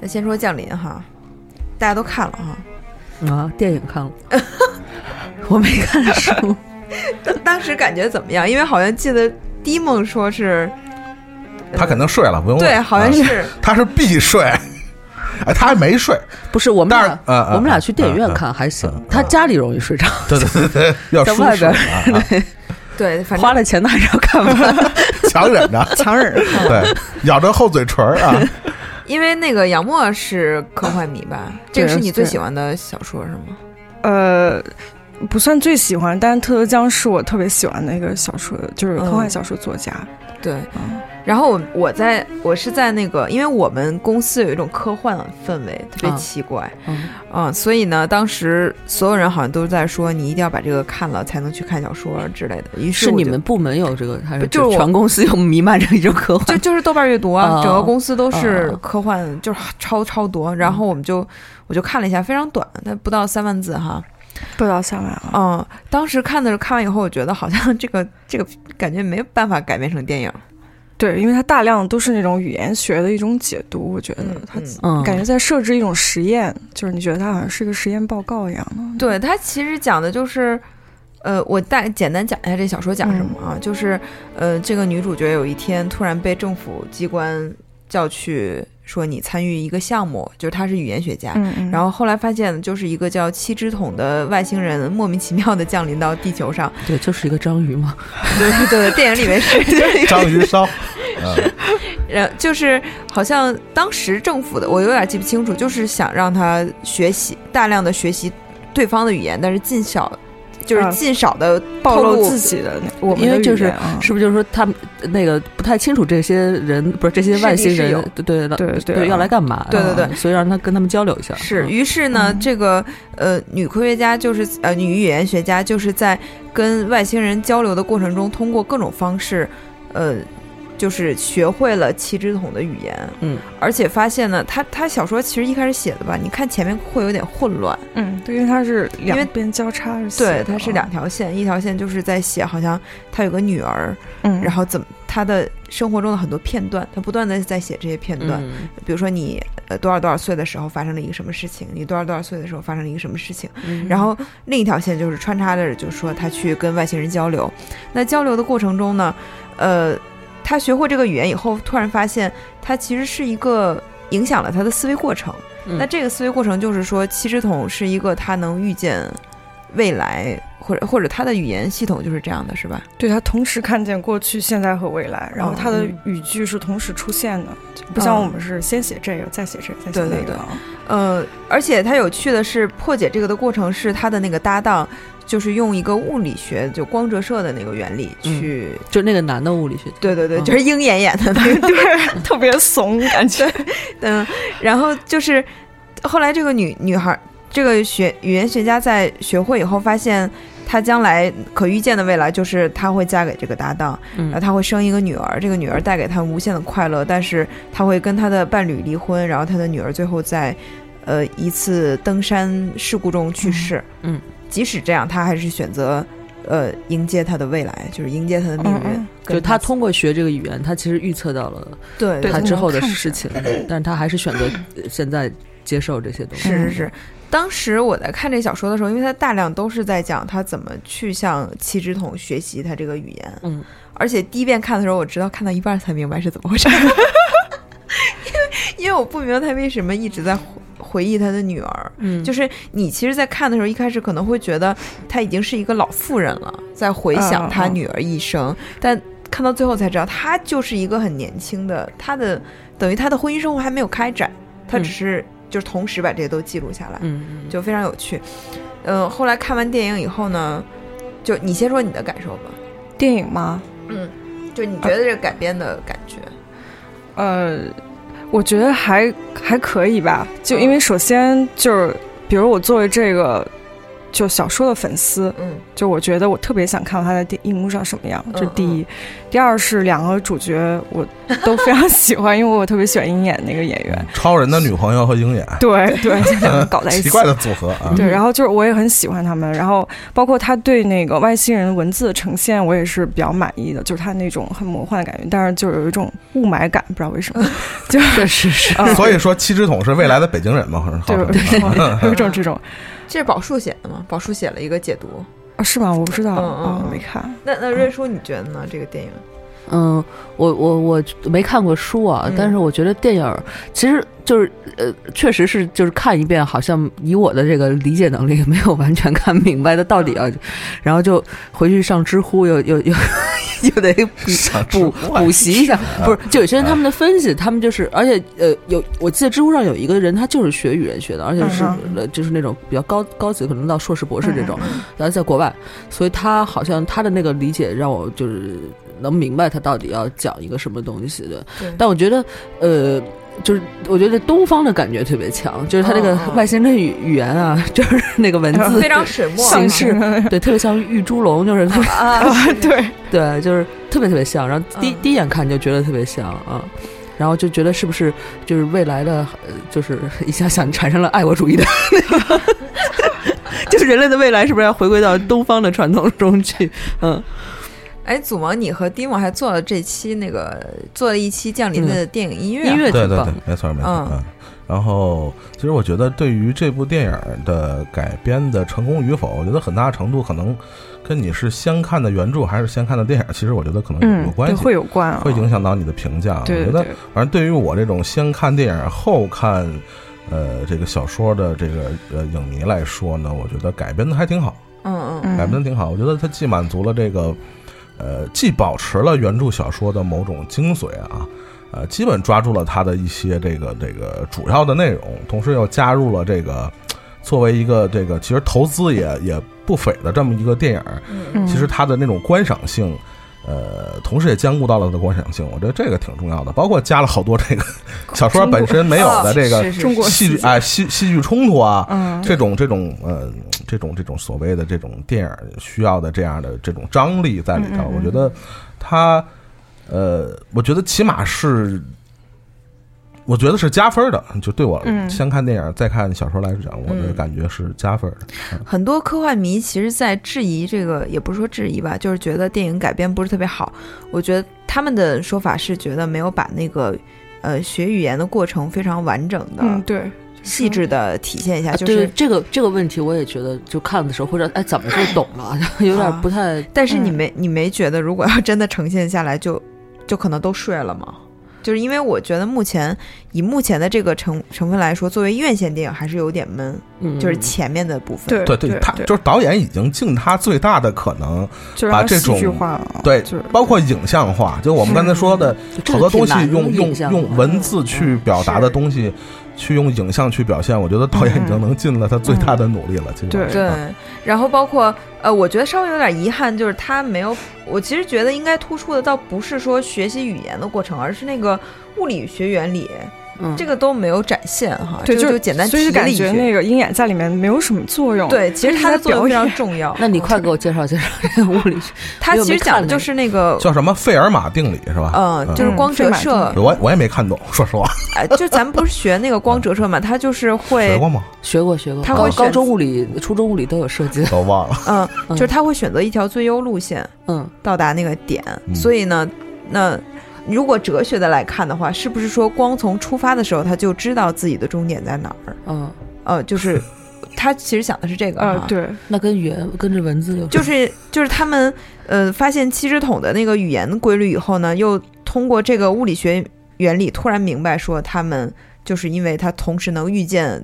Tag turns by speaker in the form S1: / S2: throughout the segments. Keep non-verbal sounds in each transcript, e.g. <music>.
S1: 那先说《降临》哈，大家都看了哈。 <laughs>
S2: 啊，电影看了， <laughs> 我没看书。
S1: 当时感觉怎么样？因为好像记得迪梦说是，
S3: 他肯定睡了，不用问。
S1: 对，好像
S3: 啊
S1: 是
S3: 他是必睡，哎，他还没睡，
S2: <laughs> 不是我啊们
S3: 但是
S2: 俩，
S3: 呃，呃
S2: 我们俩去电影院，看还行，他家里容易睡着，
S3: 呃对对对对，要
S2: <laughs> 在
S3: 舒
S2: 外
S3: 适
S2: 边
S3: 啊
S2: 儿，
S3: 啊
S1: <laughs> 对，反
S2: 花
S1: 正
S2: 了钱的还是要看完。
S3: 强忍着，
S4: 强忍着看了。
S3: <laughs> 对，咬着后嘴唇儿
S2: <laughs>
S3: 啊，
S1: 因为那个杨默是科幻迷吧，这个是你最喜欢的小说是吗？
S4: 呃，不算最喜欢，但是特德江是我特别喜欢的一个小说，就是科幻小说作家。
S1: 对。
S4: 嗯
S1: 然后我我在我是在那个，因为我们公司有一种科幻氛围，特别
S2: 啊
S1: 奇怪，
S2: <laughs> 嗯
S1: 嗯，所以呢，当时所有人好像都在说，你一定要把这个看了才能去看小说之类的。于是
S2: 是
S1: 我
S2: 你
S1: 就
S2: 们部门有这个，还是
S1: 不就是我
S2: 全公司有弥漫着一种科幻
S1: 就？就是豆瓣阅读啊，
S2: 哦
S1: 整个公司都是
S2: 哦
S1: 科幻，就是超超多。然后我们就我就看了一下，非常短，但不到三万字哈。
S4: 不知道下完啊了，
S1: 嗯，当时看的时候看完以后，我觉得好像这个这个感觉没办法改编成电影。
S4: 对，因为它大量都是那种语言学的一种解读，我觉得
S1: 嗯
S4: 它
S1: 嗯
S2: 嗯，
S4: 感觉在设置一种实验，就是你觉得它好像是个实验报告一样的。
S1: 对，它其实讲的就是。呃，我大简单讲一下这小说讲什么啊？就是，呃，这个女主角有一天突然被政府机关叫去说你参与一个项目，就是她是语言学家，
S4: 嗯嗯
S1: 然后后来发现，就是一个叫七只桶的外星人莫名其妙的降临到地球上。 <laughs>
S2: 对，就是一个章鱼嘛。
S1: 对对对，电影里面是这个，
S3: 章鱼烧，嗯
S1: 然后就是好像当时政府的，我有点记不清楚，就是想让他学习大量的学习对方的语言，但是尽少，就是
S2: 嗯
S4: 啊
S1: 尽少的
S4: 暴露自。己的那，我们
S2: 因为
S4: 的
S2: 就
S4: 语
S2: 是
S4: 言啊
S2: 是不是就是说他们呃那个不太清楚这些人不是这些
S1: 是
S2: 外
S1: 敌
S2: 星
S1: 是
S2: 人
S1: 友，
S2: 对对对
S4: 对对
S2: 要来干嘛？
S1: 对对对
S2: 嗯所以让他跟他们交流一下。
S1: 是，
S2: 嗯
S1: 于是呢，
S4: 嗯
S1: 这个呃，女科学家就是呃，女语言学家就是在跟外星人交流的过程中，通过各种方式，呃，就是学会了七只桶的语言。
S2: 嗯，
S1: 而且发现呢，他他小说其实一开始写的吧，你看前面会有点混乱，
S4: 嗯，对，因为它是
S1: 因为
S4: 两边交叉着写的啊
S1: 对，它是两，条线，一条线就是在写好像他有个女儿，
S4: 嗯，
S1: 然后怎么他的生活中的很多片段，他不断的在写这些片段，
S2: 嗯
S1: 比如说你呃多少多少岁的时候发生了一个什么事情，你多少多少岁的时候发生了一个什么事情。
S2: 嗯
S1: 然后另一条线就是穿插着，就说他去跟外星人交流。那交流的过程中呢，呃，他学会这个语言以后，突然发现他其实是一个影响了他的思维过程。
S2: 嗯
S1: 那这个思维过程就是说，七只桶是一个他能预见未来，或者或者他的语言系统就是这样的，是吧？
S4: 对他同时看见过去、现在和未来，然后
S1: 哦
S4: 他的
S2: 嗯
S4: 语句是同时出现的，就不像我们是先写这个，再写这个，再写
S1: 嗯对对
S4: 那个啊。
S1: 呃，而且他有趣的是，破解这个的过程是他的那个搭档。就是用一个物理学，就光折射的那个原理
S2: 嗯
S1: 去，
S2: 就那个男的物理学家，
S1: 对对对，
S2: 嗯
S4: <laughs>
S1: 就是鹰眼演的那个，
S4: 对，特别怂感觉。
S1: 嗯，然后就是后来这个女女孩，这个学语言学家在学会以后发现，她将来可预见的未来就是她会嫁给这个搭档，
S2: 嗯
S1: 然后她会生一个女儿，这个女儿带给她无限的快乐，但是她会跟她的伴侣离婚，然后她的女儿最后在呃一次登山事故中去世。
S2: 嗯嗯
S1: 即使这样，她还是选择。呃，迎接她的未来，就是迎接她的命运。
S4: 嗯
S2: 哦就
S1: 跟
S2: 他
S1: 她
S2: 通过学这个语言，他其实预测到了
S1: 对
S4: 对
S2: 他
S1: 她
S2: 之后的
S4: 他能看
S2: 事情，但是他还是选择呃现在接受这些东西。
S1: 是是是，当时我在看这小说的时候，因为它大量都是在讲他怎么去向七只桶学习他这个语言，
S2: 嗯，
S1: 而且第一遍看的时候，我直到看到一半才明白是怎么回事儿，因为因为我不明白他为什么一直在回回忆他的女儿，
S2: 嗯
S1: 就是你其实，在看的时候，一开始可能会觉得她已经是一个老妇人了，在回想她女儿一生，但看到最后才知道，她就是一个很年轻的，她的等于她的婚姻生活还没有开展，她只是、就是同时把这些都记录下来，
S2: 嗯嗯，
S1: 就非常有趣。呃，后来看完电影以后呢，就你先说你的感受吧，
S4: <laughs> 电影吗？
S1: 嗯，就你觉得这个改编的感觉，
S4: 呃，我觉得还还可以吧，就
S1: 嗯
S4: 因为首先就是，比如我作为这个就小说的粉丝，
S1: 嗯
S4: 就我觉得我特别想看到他在电荧幕上什么样，这是
S1: 嗯
S4: 第一。第二是两个主角我都非常 <laughs> 喜欢，因为我特别喜欢鹰眼那个演员。
S3: 超人的女朋友和
S2: <laughs>
S3: 鹰眼，
S4: 对对，就两个搞在一
S3: 嗯 <laughs>
S4: 起。
S3: 奇怪的组合啊！
S4: 对，然后就是我也很喜欢他们，然后包括他对那个外星人文字的呈现，我也是比较满意的，就是他那种很魔幻的感觉，但是就有一种雾霾感，不知道为什么，就
S2: 确实 <laughs> 是。
S4: 嗯
S3: 所以说七只桶是未来的北京人嘛，好像
S4: 对
S3: 号称
S4: 对对，有一种这种
S1: 这是宝树写的吗？宝树写了一个解读。
S4: 啊，是吗？我不知道，
S1: 嗯嗯
S4: 哦
S1: 嗯
S4: 没看。
S1: 那那瑞叔，你觉得呢？这个电影，
S2: 嗯，我我我没看过书啊，
S1: 嗯
S2: 但是我觉得电影儿其实就是呃，确实是就是看一遍，好像以我的这个理解能力没有完全看明白的到底啊，然后就回去上知乎又又 <laughs> 又又得
S3: 上知
S2: 补
S3: 乎啊
S2: 补习一下，不是就有些人他们的分析，他们就是而且呃有我记得知乎上有一个人他就是学语言学的，而且是
S4: 嗯
S2: 呃就是那种比较高高级，可能到硕士博士这种，
S1: 嗯
S2: 然后在国外，所以他好像他的那个理解让我就是能明白他到底要讲一个什么东西的
S1: 对。
S2: 但我觉得，呃，就是我觉得东方的感觉特别强，就是他那个
S1: 嗯嗯
S2: 外星人语语言啊， <laughs> 就是那个文字
S1: 非常水墨啊
S2: 形
S1: 嘛
S2: 式，
S1: <laughs>
S2: 对，特别像玉猪龙，就是特别
S1: 啊，是是
S4: 对，
S2: 对，就是特别特别像。然后第、
S1: 嗯
S2: 第一眼看就觉得特别像啊。然后就觉得是不是就是未来的，呃就是 <laughs> 一下想产生了爱国主义的 <laughs> 那个，就是人类的未来是不是要回归到东方的传统中去？嗯，
S1: <laughs> 哎，祖萌，你和丁某还做了这期那个做了一期降临的电影音乐，
S2: 音乐
S3: 对
S2: 挺
S3: 对
S2: 棒
S3: 对，，没错没错
S1: 嗯
S3: 嗯，然后，其实我觉得对于这部电影的改编的成功与否，我觉得很大程度可能跟你是先看的原著还是先看的电影，其实我觉得可能
S4: 嗯
S3: 有，关
S4: 对，
S3: 系，
S4: 会有关啊，
S3: 会影响到你的评价。
S4: 对
S3: 我觉
S4: 对
S3: 得
S4: 对，
S3: 反正对于我这种先看电影后看，呃，这个小说的这个呃影迷来说呢，我觉得改编的还挺好，
S1: 嗯嗯
S4: 嗯
S3: 改编的挺好。我觉得它既满足了这个，呃，既保持了原著小说的某种精髓啊，呃，基本抓住了它的一些这个这个主要的内容，同时又加入了这个作为一个这个其实投资也也不菲的这么一个电影，
S1: 嗯
S4: 嗯
S3: 其实它的那种观赏性，呃，同时也兼顾到了它的观赏性，我觉得这个挺重要的。包括加了好多这个
S4: 嗯
S3: 小说本身没有的这
S1: 哦
S3: 个
S1: 是是是
S4: 中国
S3: 戏剧
S4: 戏剧
S3: 啊、戏戏剧冲突啊，
S4: 嗯，
S3: 这种这种呃这种这种所谓的这种电影需要的这样的这种张力在里头，
S4: 嗯嗯嗯
S3: 我觉得它呃，我觉得起码是。我觉得是加分的，就对我
S4: 嗯
S3: 先看电影再看小说来讲，我的
S1: 嗯
S3: 感觉是加分的。
S1: 很多科幻迷其实，在质疑这个，也不是说质疑吧，就是觉得电影改编不是特别好。我觉得他们的说法是觉得没有把那个呃学语言的过程非常完整的、
S4: 嗯，对，
S1: 细致的体现一下，
S2: 啊
S1: 就
S2: 对
S1: 是。
S2: 这个这个问题，我也觉得就看的时候或者哎怎么就懂了， <laughs> 有
S1: 啊
S2: 点不太
S1: 但是你
S4: 嗯
S1: 没、你没觉得，如果要真的呈现下来就，就可能都睡了吗？就是因为我觉得目前以目前的这个成成分来说，作为院线电影还是有点闷，
S2: 嗯，
S1: 就是前面的部分。
S4: 对
S3: 对
S4: 对
S3: 他
S4: 对
S3: 就是导演已经尽他最大的可能，
S4: 就
S3: 把
S4: 让它
S3: 这
S4: 戏剧
S3: 种
S4: 化啊，
S3: 对
S4: 就是，
S3: 包括影像化，就我们刚才说的
S2: 这
S3: 好
S2: 个
S3: 多东西
S2: 挺难
S3: 用用
S2: 影响嗯的嗯
S3: 用文字去表达的东西，去用影像去表现，我觉得导演已经能尽了他最大的努力了。其实
S4: 嗯对
S1: 对，然后包括呃，我觉得稍微有点遗憾，就是他没有，我其实觉得应该突出的倒不是说学习语言的过程，而是那个物理学原理
S2: 嗯，
S1: 这个都没有展现哈，
S4: 对，
S1: 这个
S4: 就
S1: 就简单
S4: 所以
S1: 提
S4: 就
S1: 了
S4: 感
S1: 一
S4: 句。
S1: 句。
S4: 那个鹰眼在里面没有什么作用。
S1: 对，其实
S4: 它
S1: 他
S4: 是
S1: 的
S4: 在
S1: 作用
S4: 表
S1: 非常
S4: 演
S1: 重 <laughs> 要。
S2: 嗯
S1: 嗯
S2: 那你快给我介绍介绍这个物理学。
S1: 他
S2: 我也
S1: 其
S2: 没
S1: 实讲的
S2: 看
S1: 就是那个，
S3: 叫什么费尔马定理是吧？
S1: 嗯，就是
S4: 嗯
S1: 光
S4: 飞
S1: 折
S4: 马
S1: 射
S4: 定，
S3: 我我也没看懂，说实话，
S1: <laughs> 哎，就咱们不是学那个光折
S3: 嗯
S1: 射嘛，它就是
S3: 学
S1: 会，
S3: 过吗？
S2: 学过学过，
S1: 他
S2: 高
S1: 会
S2: 高
S1: 选
S2: 中物理、初中物理都有涉及。
S3: <laughs> 都忘了。
S1: 嗯，
S2: 嗯
S1: 就是它会选择一条最优路线
S2: 嗯，
S1: 到达那个点，
S3: 嗯
S1: 所以呢，那。如果哲学的来看的话，是不是说光从出发的时候他就知道自己的终点在哪儿？
S2: 嗯，
S1: 呃，
S3: <laughs>
S1: 就是他其实想的是这个
S4: 呃
S1: 哈，，
S4: 对，
S2: 那跟语言跟着文字有
S1: 就是就是他们呃发现七只桶的那个语言规律以后呢，又通过这个物理学原理突然明白说，他们就是因为他同时能预见，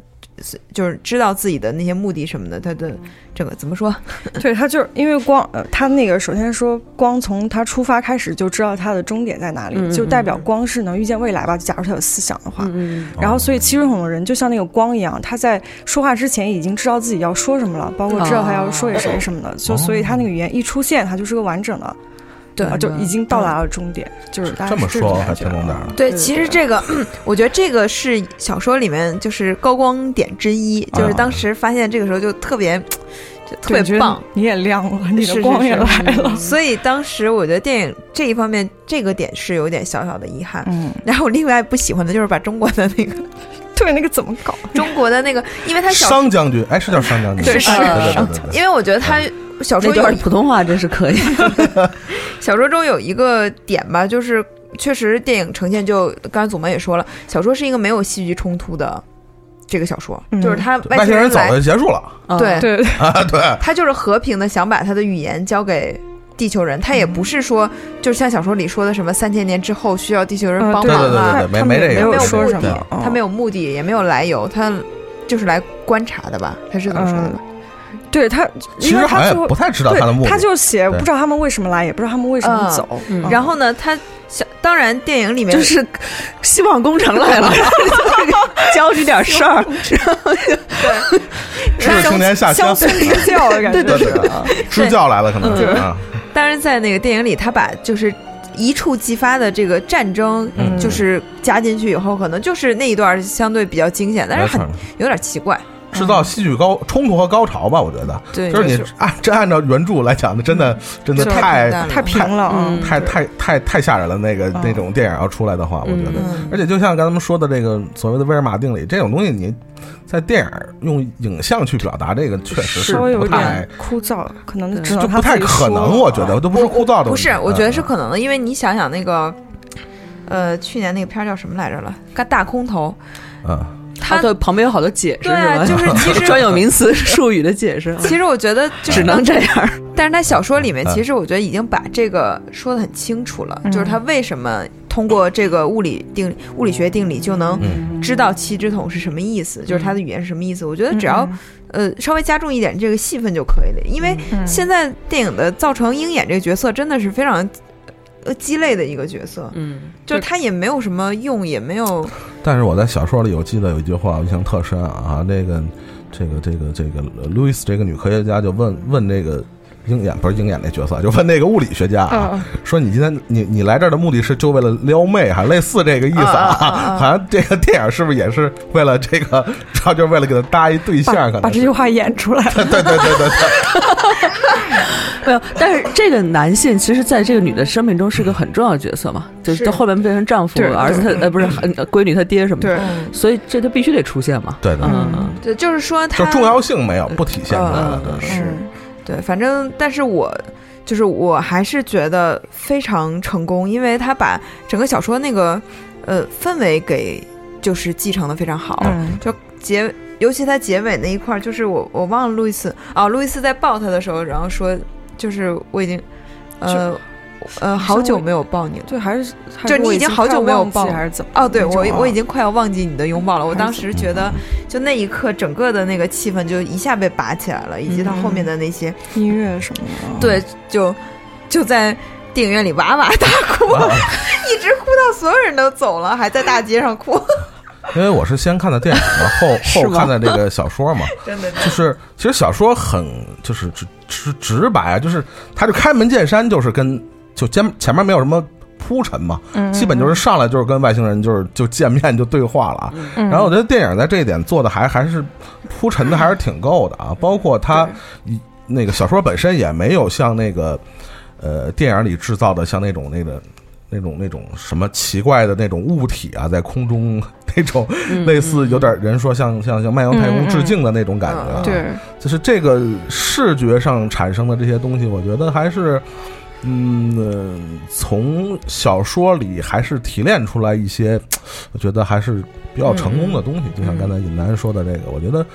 S1: 就是知道自己的那些目的什么的，他的这个怎么说？ <laughs>
S4: 对，他就是因为光，呃，他那个首先说光从他出发开始就知道他的终点在哪里，
S2: 嗯嗯
S4: 就代表光是能预见未来吧。假如他有思想的话，
S1: 哦
S2: 嗯嗯
S4: 然后所以七水桶的人就像那个光一样，他在说话之前已经知道自己要说什么了，包括知道他要说给
S1: 哦
S4: 谁什么的，就所以他那个语言一出现，他就是个完整的，
S1: 对
S4: 啊就已经到达了终点，就是大概
S3: 这么
S4: 是
S3: 说
S4: 种
S3: 还
S4: 感觉
S3: 挺懂
S4: 啊
S3: 点儿的
S1: 对，
S4: 对
S1: 其实这个 <clears throat> 我觉得这个是小说里面就是高光点之一，就是当时发现这个时候就特别就特
S4: 对
S1: 别棒，，
S4: 觉得你也亮了，你
S1: 是是
S4: 的光也
S1: 是
S4: 来了，
S1: 所以当时我觉得电影这一方面这个点是有点小小的遗憾。
S4: 嗯，
S1: 然后我另外不喜欢的就是把中国的那个
S4: 对，那个怎么搞？
S1: <laughs> 中国的那个，因为他小，
S3: <laughs> 商将军，哎，是叫商将军，
S1: 是是
S3: 对对
S2: 商
S3: 对对对
S1: 因为我觉得他
S3: 嗯
S1: 小
S2: 那
S1: 说有
S2: 段普通话真是
S1: <laughs>
S2: 可以。
S1: 小说中有一个点吧，就是确实电影呈现就刚才祖萌也说了，小说是一个没有戏剧冲突的这个小说，
S4: 嗯
S1: 就是他外
S3: 外星人走
S1: 来，
S3: 了就结束了
S2: 嗯
S1: 对
S4: 对，
S3: 啊，对，
S1: 他就是和平的想把他的语言交给。地球人，他也不
S3: 嗯
S1: 是说，就是像小说里说的什么三千年之后需要地球人
S4: 嗯
S1: 帮
S3: 呃对
S1: 忙
S3: 对哦对
S1: 啊，
S3: 对
S4: 他
S3: 没
S4: 他
S3: 没
S4: 们
S3: 这
S4: 也
S3: 个
S4: 没有
S1: 没有
S4: 说
S1: 目
S4: 什
S1: 的
S4: 么，
S1: 他没
S4: 有。
S1: 有目的，也没有来由，他就是来观察的吧？他是怎么说的
S3: 嗯
S1: 吧？
S4: 对他，
S3: 其
S4: 因为
S3: 实好
S4: 他
S3: 像
S4: 最后
S3: 也不太知道
S4: 对
S3: 他的目的，
S4: 他就写
S3: 对
S4: 不知道他们为什么来，也不知道他们为什么
S1: 嗯
S4: 走。
S2: 嗯
S1: 然后呢，他小当然电影里面
S2: 就是希望工程来了，
S1: <laughs>
S2: 教你点事儿。
S3: 知识青年下乡
S4: 乡，村支教的感觉，
S3: 对对对 <laughs> 支教来了可能是
S4: 对
S3: 啊，
S1: 当然在那个电影里，他把就是一触即发的这个战争，
S3: 嗯
S1: 就是加进去以后，可能就是那一段相对比较惊险，但是
S3: 没
S1: 很嗯
S3: 错，
S1: 有点奇怪。
S3: 制造戏剧高冲突和高潮吧，我觉得，
S1: 对，
S3: 就是你按真按照原著来讲，那真的真的
S1: 就平
S3: 太
S1: 淡了
S4: 太平了啊
S2: 嗯！
S3: 太太太太吓人了，那个
S4: 嗯
S3: 那种电影要出来的话，我觉得。
S1: 嗯
S3: 而且就像刚才们说的这个所谓的威尔马定理这种东西，你在电影用影像去表达这个，确实是
S4: 稍微有
S3: 不
S4: 一
S3: 太
S4: 点枯燥，可能
S2: 对
S4: 只
S3: 就
S4: 能
S3: 不
S4: 他
S3: 太
S4: 自己
S3: 可
S4: 说啊
S3: 能，
S4: 了
S3: 我觉得都不是枯燥的问题。
S1: 不是，我觉得是
S3: 嗯
S1: 可能的，因为你想想那个，呃，去年那个片儿叫什么来着了？大大空头，
S3: 嗯，
S1: 他
S2: 对旁边有好多解释，
S1: 对啊，
S2: 是
S1: 就
S2: 吧 <laughs>
S1: 是其实
S2: 专有名词、术语的解释，
S1: 其实我觉得就是
S2: 只能这样。
S1: <laughs> 但是他小说里面，
S3: 嗯
S1: 其实我觉得已经把这个说的很清楚了，
S4: 嗯
S1: 就是他为什么通过这个物理定物理学定理就能
S3: 嗯
S1: 知道七只桶是什么意思，就是它的语言是什么意思。我觉得只要呃稍微加重一点这个戏份就可以了，因为
S4: 嗯
S1: 现在电影的造成鹰眼这个角色真的是非常呃鸡肋的一个角色，
S2: 嗯，
S1: 就是他也没有什么用，也没有
S3: 但是我在小说里有记得有一句话，我印象特深啊，那个这个这个这个路易斯这个女科学家就问问这个鹰眼不是鹰眼那角色，就问那个物理学家啊，
S4: 嗯，
S3: 说你今天你你来这儿的目的是就为了撩妹，还类似这个意思啊？
S1: 啊啊啊啊
S3: 好像这个电影是不是也是为了这个， <laughs> 主要就是为了给他搭一对象？可
S4: 把
S3: 能
S4: 把这
S3: 是
S4: 句话演出来，
S3: 对对对对对
S1: <laughs>
S3: 对，
S2: 没有。但是这个男性其实在这个女的生命中是个很重要的角色嘛，就是
S1: 是
S2: 到后面变成丈夫、
S4: 对
S2: 儿子，呃，不是
S1: 嗯
S2: 呃闺女她爹什么的，
S4: 对
S2: 所以这他必须得出现嘛。
S3: 对对
S2: 嗯嗯。嗯
S1: 对，就是说
S3: 就
S1: 他呃
S3: 重要性没有，不体现出
S1: 啊
S3: 来
S2: 嗯
S3: 了
S2: 嗯。
S3: 对
S2: 嗯
S1: 是对，反正但是我就是我还是觉得非常成功，因为他把整个小说那个呃氛围给就是继承的非常好，
S4: 嗯
S1: 就结尤其他结尾那一块儿，就是我我忘了路易斯啊，路易斯在抱他的时候，然后说就是我已经呃呃好久没有抱你了。
S4: 对，还是还
S1: 就是你
S4: 我
S1: 已经
S4: 快
S1: 好久没有
S4: 忘记
S1: 抱了
S4: 还是怎么？
S1: 哦，对我
S4: 那种啊嗯
S1: 我已经快要忘记你的拥抱了。我
S4: 还是
S1: 当时觉得，就那一刻，整个的那个气氛就一下被拔起来了，以及他后
S4: 嗯
S1: 面的那些
S4: 音乐什么的，
S1: 对，就就在电影院里哇哇大哭， <laughs>
S3: 啊
S1: 一直哭到所有人都走了，还在大街上哭，
S3: 因为我是先看的电影嘛，后
S2: 是
S3: 后
S2: 吗
S3: 看的这个小说嘛，
S1: <laughs> 真的。
S3: 就是其实小说很就是直直直白啊，就是他就开门见山，就是跟就前前面没有什么铺陈嘛，
S4: 嗯
S3: 基本就是上来就是跟外星人就是就见面就对话了啊。
S4: 嗯
S3: 然后我觉得电影在这一点做的还还是铺陈的还是挺够的
S4: 嗯
S3: 啊，包括它一那个小说本身也没有像那个呃电影里制造的像那种那个。那种那种什么奇怪的那种物体啊，在空中那种
S4: 嗯
S2: 嗯
S3: 类似有点人说像像像漫游太空致敬的那种感觉、
S1: 嗯嗯
S3: 啊
S1: 嗯
S4: 对，
S3: 就是这个视觉上产生的这些东西，我觉得还是，嗯，呃从小说里还是提炼出来一些，我觉得还是比较成功的东西。
S1: 嗯
S3: 就像刚才尹楠说的这个，我觉得，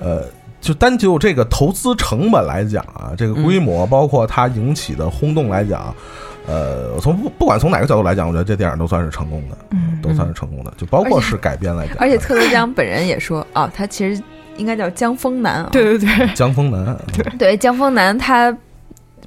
S3: 呃。就单就这个投资成本来讲啊，这个规
S1: 嗯
S3: 模，包括它引起的轰动来讲，呃，从不不管从哪个角度来讲，我觉得这电影都算是成功的，
S1: 嗯，
S3: 都算是成功的。就包括
S1: 而且
S3: 是改编来讲，
S1: 而且特德·江本人也说啊，他其实应该叫江峰南啊。
S4: 对对对，
S3: 江枫南，啊
S1: 对，江峰南他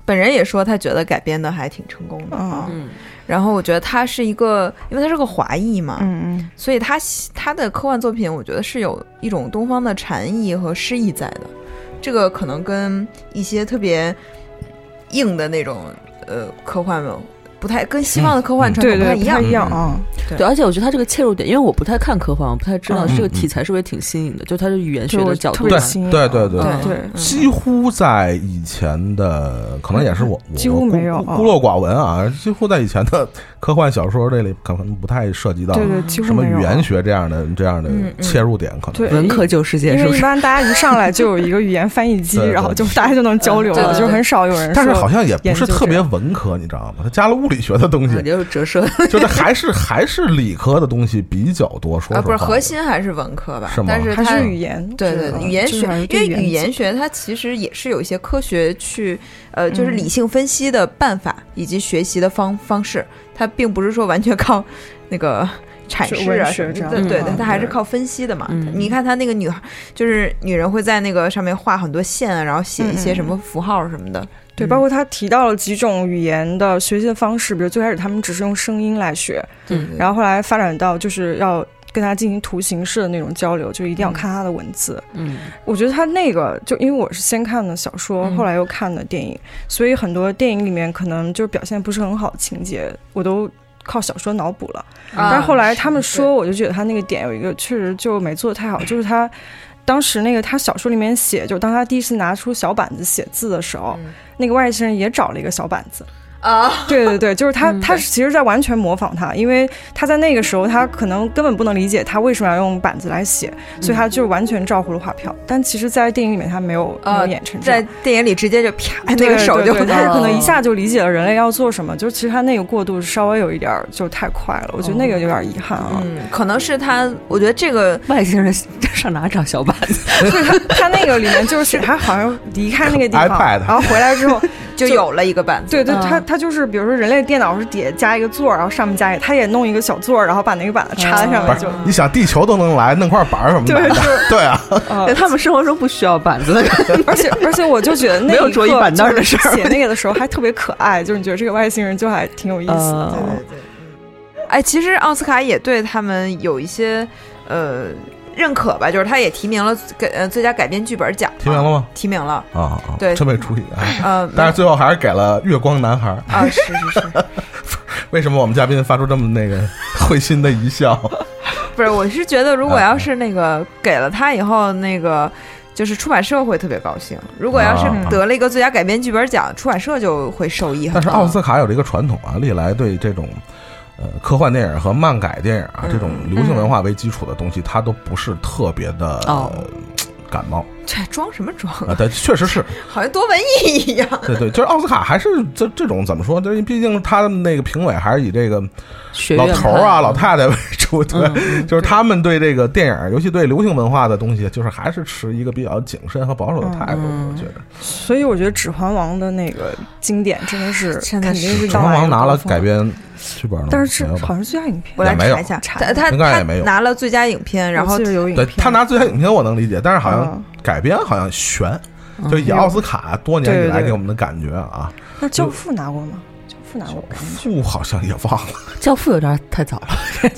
S1: 本人也说，他觉得改编的还挺成功的。
S4: 啊，
S2: 嗯
S1: 然后我觉得他是一个，因为他是个华裔嘛，
S4: 嗯嗯
S1: 所以他喜他的科幻作品，我觉得是有一种东方的禅意和诗意在的。这个可能跟一些特别硬的那种呃科幻文不太跟西方的科幻传
S4: 对
S1: 统不太
S4: 对，
S1: 一
S4: 不
S1: 样
S4: 太。一样啊，
S2: 对，而且我觉得他这个切入点，因为我不太看科幻，我不太知道
S4: 嗯
S2: 这个题材是不是挺新颖的，就它是语言学
S4: 就
S2: 的
S4: 我
S2: 角
S4: 特
S2: 度
S4: 别
S3: 对
S2: 上，
S4: 新颖
S3: 对对对
S4: 啊
S1: 对
S4: 对，
S1: 嗯
S3: 几乎在以前的，可能也是我我
S4: 几乎
S3: 孤
S4: 没有
S3: 孤
S4: 啊
S3: 孤陋寡闻啊，几乎在以前的科幻小说这里可能不太涉及到
S4: 对对，几乎
S3: 嗯什么
S4: 没有
S3: 语
S4: 啊
S3: 言学这样的这样的
S1: 嗯嗯
S3: 切入点，可能
S4: 对
S2: 文科救世界
S4: 因
S2: 是不
S4: 为一
S2: 是？
S4: 般大家一上来就有一个语言翻译机，
S3: <laughs> 对对
S4: 然后就大家就能交流
S1: 嗯对
S4: 了，
S1: 对
S4: 就很少有人说。
S3: 但是好像也不
S4: 研
S3: 是
S4: 究
S3: 特别文科，你知道吗？他加了物理学的东
S2: 啊
S3: 西，
S2: 也有折射，
S3: <laughs> 就是还是还是理科的东西比较多。说
S1: 啊，
S3: 实
S1: 不是
S3: 话
S1: 核心还是文科吧？
S3: 是吗
S1: 但是
S4: 还
S1: 它
S4: 是语言，
S1: 对对
S4: 我
S1: 对，
S4: 觉得
S1: 语言
S4: 就是
S1: 学
S4: 还是，
S1: 因
S4: 对
S1: 为
S4: 语
S1: 语
S4: 言
S1: 言学它其实也是有一些科学去，呃，就是
S4: 嗯
S1: 理性分析的办法以及学习的方方式，它并不是说完全靠那个阐
S4: 是
S1: 释
S4: 文
S1: 啊
S4: 学
S1: 什么
S4: 这
S1: 的，
S4: 样
S1: 对
S2: 的
S1: 对
S2: 啊
S1: 对，它还是
S4: 对
S1: 靠分析的嘛
S2: 嗯。
S1: 你看它那个女孩，就是女人会在那个上面画很多线啊，然后写一些
S4: 嗯
S1: 什么符号什么的，
S4: 对，包括他提到了几种语言的学习的方式，比如最开始他们只是用声音来学，
S2: 嗯
S4: 然后后来发展到就是要跟他进行图形式的那种交流，就一定要看他的文字。
S2: 嗯
S4: 我觉得他那个，就因为我是先看的小说，
S2: 嗯
S4: 后来又看的电影，所以很多电影里面可能就表现不是很好的情节，我都靠小说脑补了。
S1: 啊
S4: 但是后来他们
S1: 是
S4: 说，我就觉得他那个点有一个确实就没做的太好，就是他当时那个他小说里面写，就当他第一次拿出小板子写字的时候，
S1: 嗯
S4: 那个外星人也找了一个小板子。
S1: 啊，
S4: 对对对，就是他，
S2: 嗯
S4: 他
S2: 对
S4: 是其实在完全模仿他，因为他在那个时候他可能根本不能理解他为什么要用板子来写，所以他就完全照葫芦画瓢。但其实，在电影里面他没有没
S1: 啊
S4: 有演成这
S1: 在
S4: 样。哎
S1: 电影里直接就啪那
S4: 对
S1: 个手就
S4: 对对 <laughs> 他可能一
S2: 哦
S4: 下就理解了人类要做什么，就其实他那个过渡稍微有一点儿就太快了，我觉得那个有点遗憾啊。
S1: 嗯，可能是他，我觉得这个
S2: 外星人上哪找小板子？
S4: 他那个里面就是写他好像离开那个地方，
S3: iPad
S4: 然后回来之后，
S1: 就
S4: 就
S1: 有了一个版子，
S4: 对对，
S2: 嗯
S4: 他他就是比如说人类电脑是底下加一个座儿，然后上面加一个，他也弄一个小座儿，然后把那个板子插在上
S2: 啊哦
S3: 不
S4: 面
S3: 是
S4: 就，
S3: 你想地球都能来，弄块板儿什么 <laughs>
S4: 对
S3: 的，对啊，
S4: 呃
S2: <laughs> 对，他们生活中不需要板子
S4: <laughs>
S2: 的，
S4: 而且而且我就觉得那
S2: 没有
S4: 一
S2: 桌椅
S4: 刻
S2: 板凳
S4: 就是
S2: 的事儿
S4: 写那个的时候还特别可爱，就是你觉得这个外星人就还挺有意思的。
S2: 呃
S4: 对
S1: 对。哎，其实奥斯卡也对他们有一些呃认可吧，就是他也提名了给呃最佳改编剧本奖，
S3: 提名了吗？
S1: 提名
S3: <clears throat>
S1: 了，
S3: 啊啊，
S1: 对
S3: 真没注意啊。
S1: 呃，
S3: 但是最后还是给了月光男孩。
S1: 啊，是是是，
S3: <laughs> 为什么我们嘉宾发出这么那个会心的一笑？
S1: 不是，我是觉得
S3: 啊
S1: 如果要是那个给了他以后，那个就是出版社会特别高兴；如果要是
S3: 啊
S1: 得了一个最佳改编剧本奖，出版社就会受益很
S3: <laughs> 但是
S1: 多。
S3: 奥斯卡有这个传统啊，历来对这种呃科幻电影和漫改电影啊、
S1: 嗯
S3: 这种流行文化为基础的东西，它都不是特别的、
S2: 哦
S3: 呃感冒
S1: 这装什么装
S3: 啊
S1: 啊，，
S3: 但确实是
S1: 好像多文艺一样。
S3: 对对，就是奥斯卡还是这这种怎么说？就是毕竟他们那个评委还是以这个
S2: 学
S3: 老
S2: 院
S3: 头
S2: 派
S3: 儿啊、老太太为主，对，
S2: 嗯嗯
S3: <laughs> 就是他们对这个电影，尤其对流行文化的东西，就是还是持一个比较谨慎和保守的态度。
S2: 嗯
S3: 我觉得
S4: 所以我觉得《指环王》的那个经典真的是
S1: 现
S4: 肯
S1: 在
S4: 定
S1: 是
S4: 是
S3: 《指
S4: 到
S3: 环
S4: 达
S3: 王
S4: 一》个
S3: 拿了
S4: 高峰
S3: 改编剧本了，
S4: 但是
S3: 没有吧
S4: 好像是最佳影片
S1: 我来
S3: 也没有
S1: 查一下，
S4: 查
S1: 他他
S3: 应该也
S1: 他
S3: 没有
S1: 拿了最佳影片，然后
S4: 我记得有影
S3: 对
S4: 片，
S3: 他拿最佳影片我能理解，但是好像
S4: 嗯
S3: 改编好像悬，
S2: 嗯
S3: 就以奥斯卡多年以来给我们的感觉啊，
S4: 那《教父》拿过吗？教父父拿过北京卷。
S3: 父好像也忘了，
S2: 教父有点太早了， <laughs>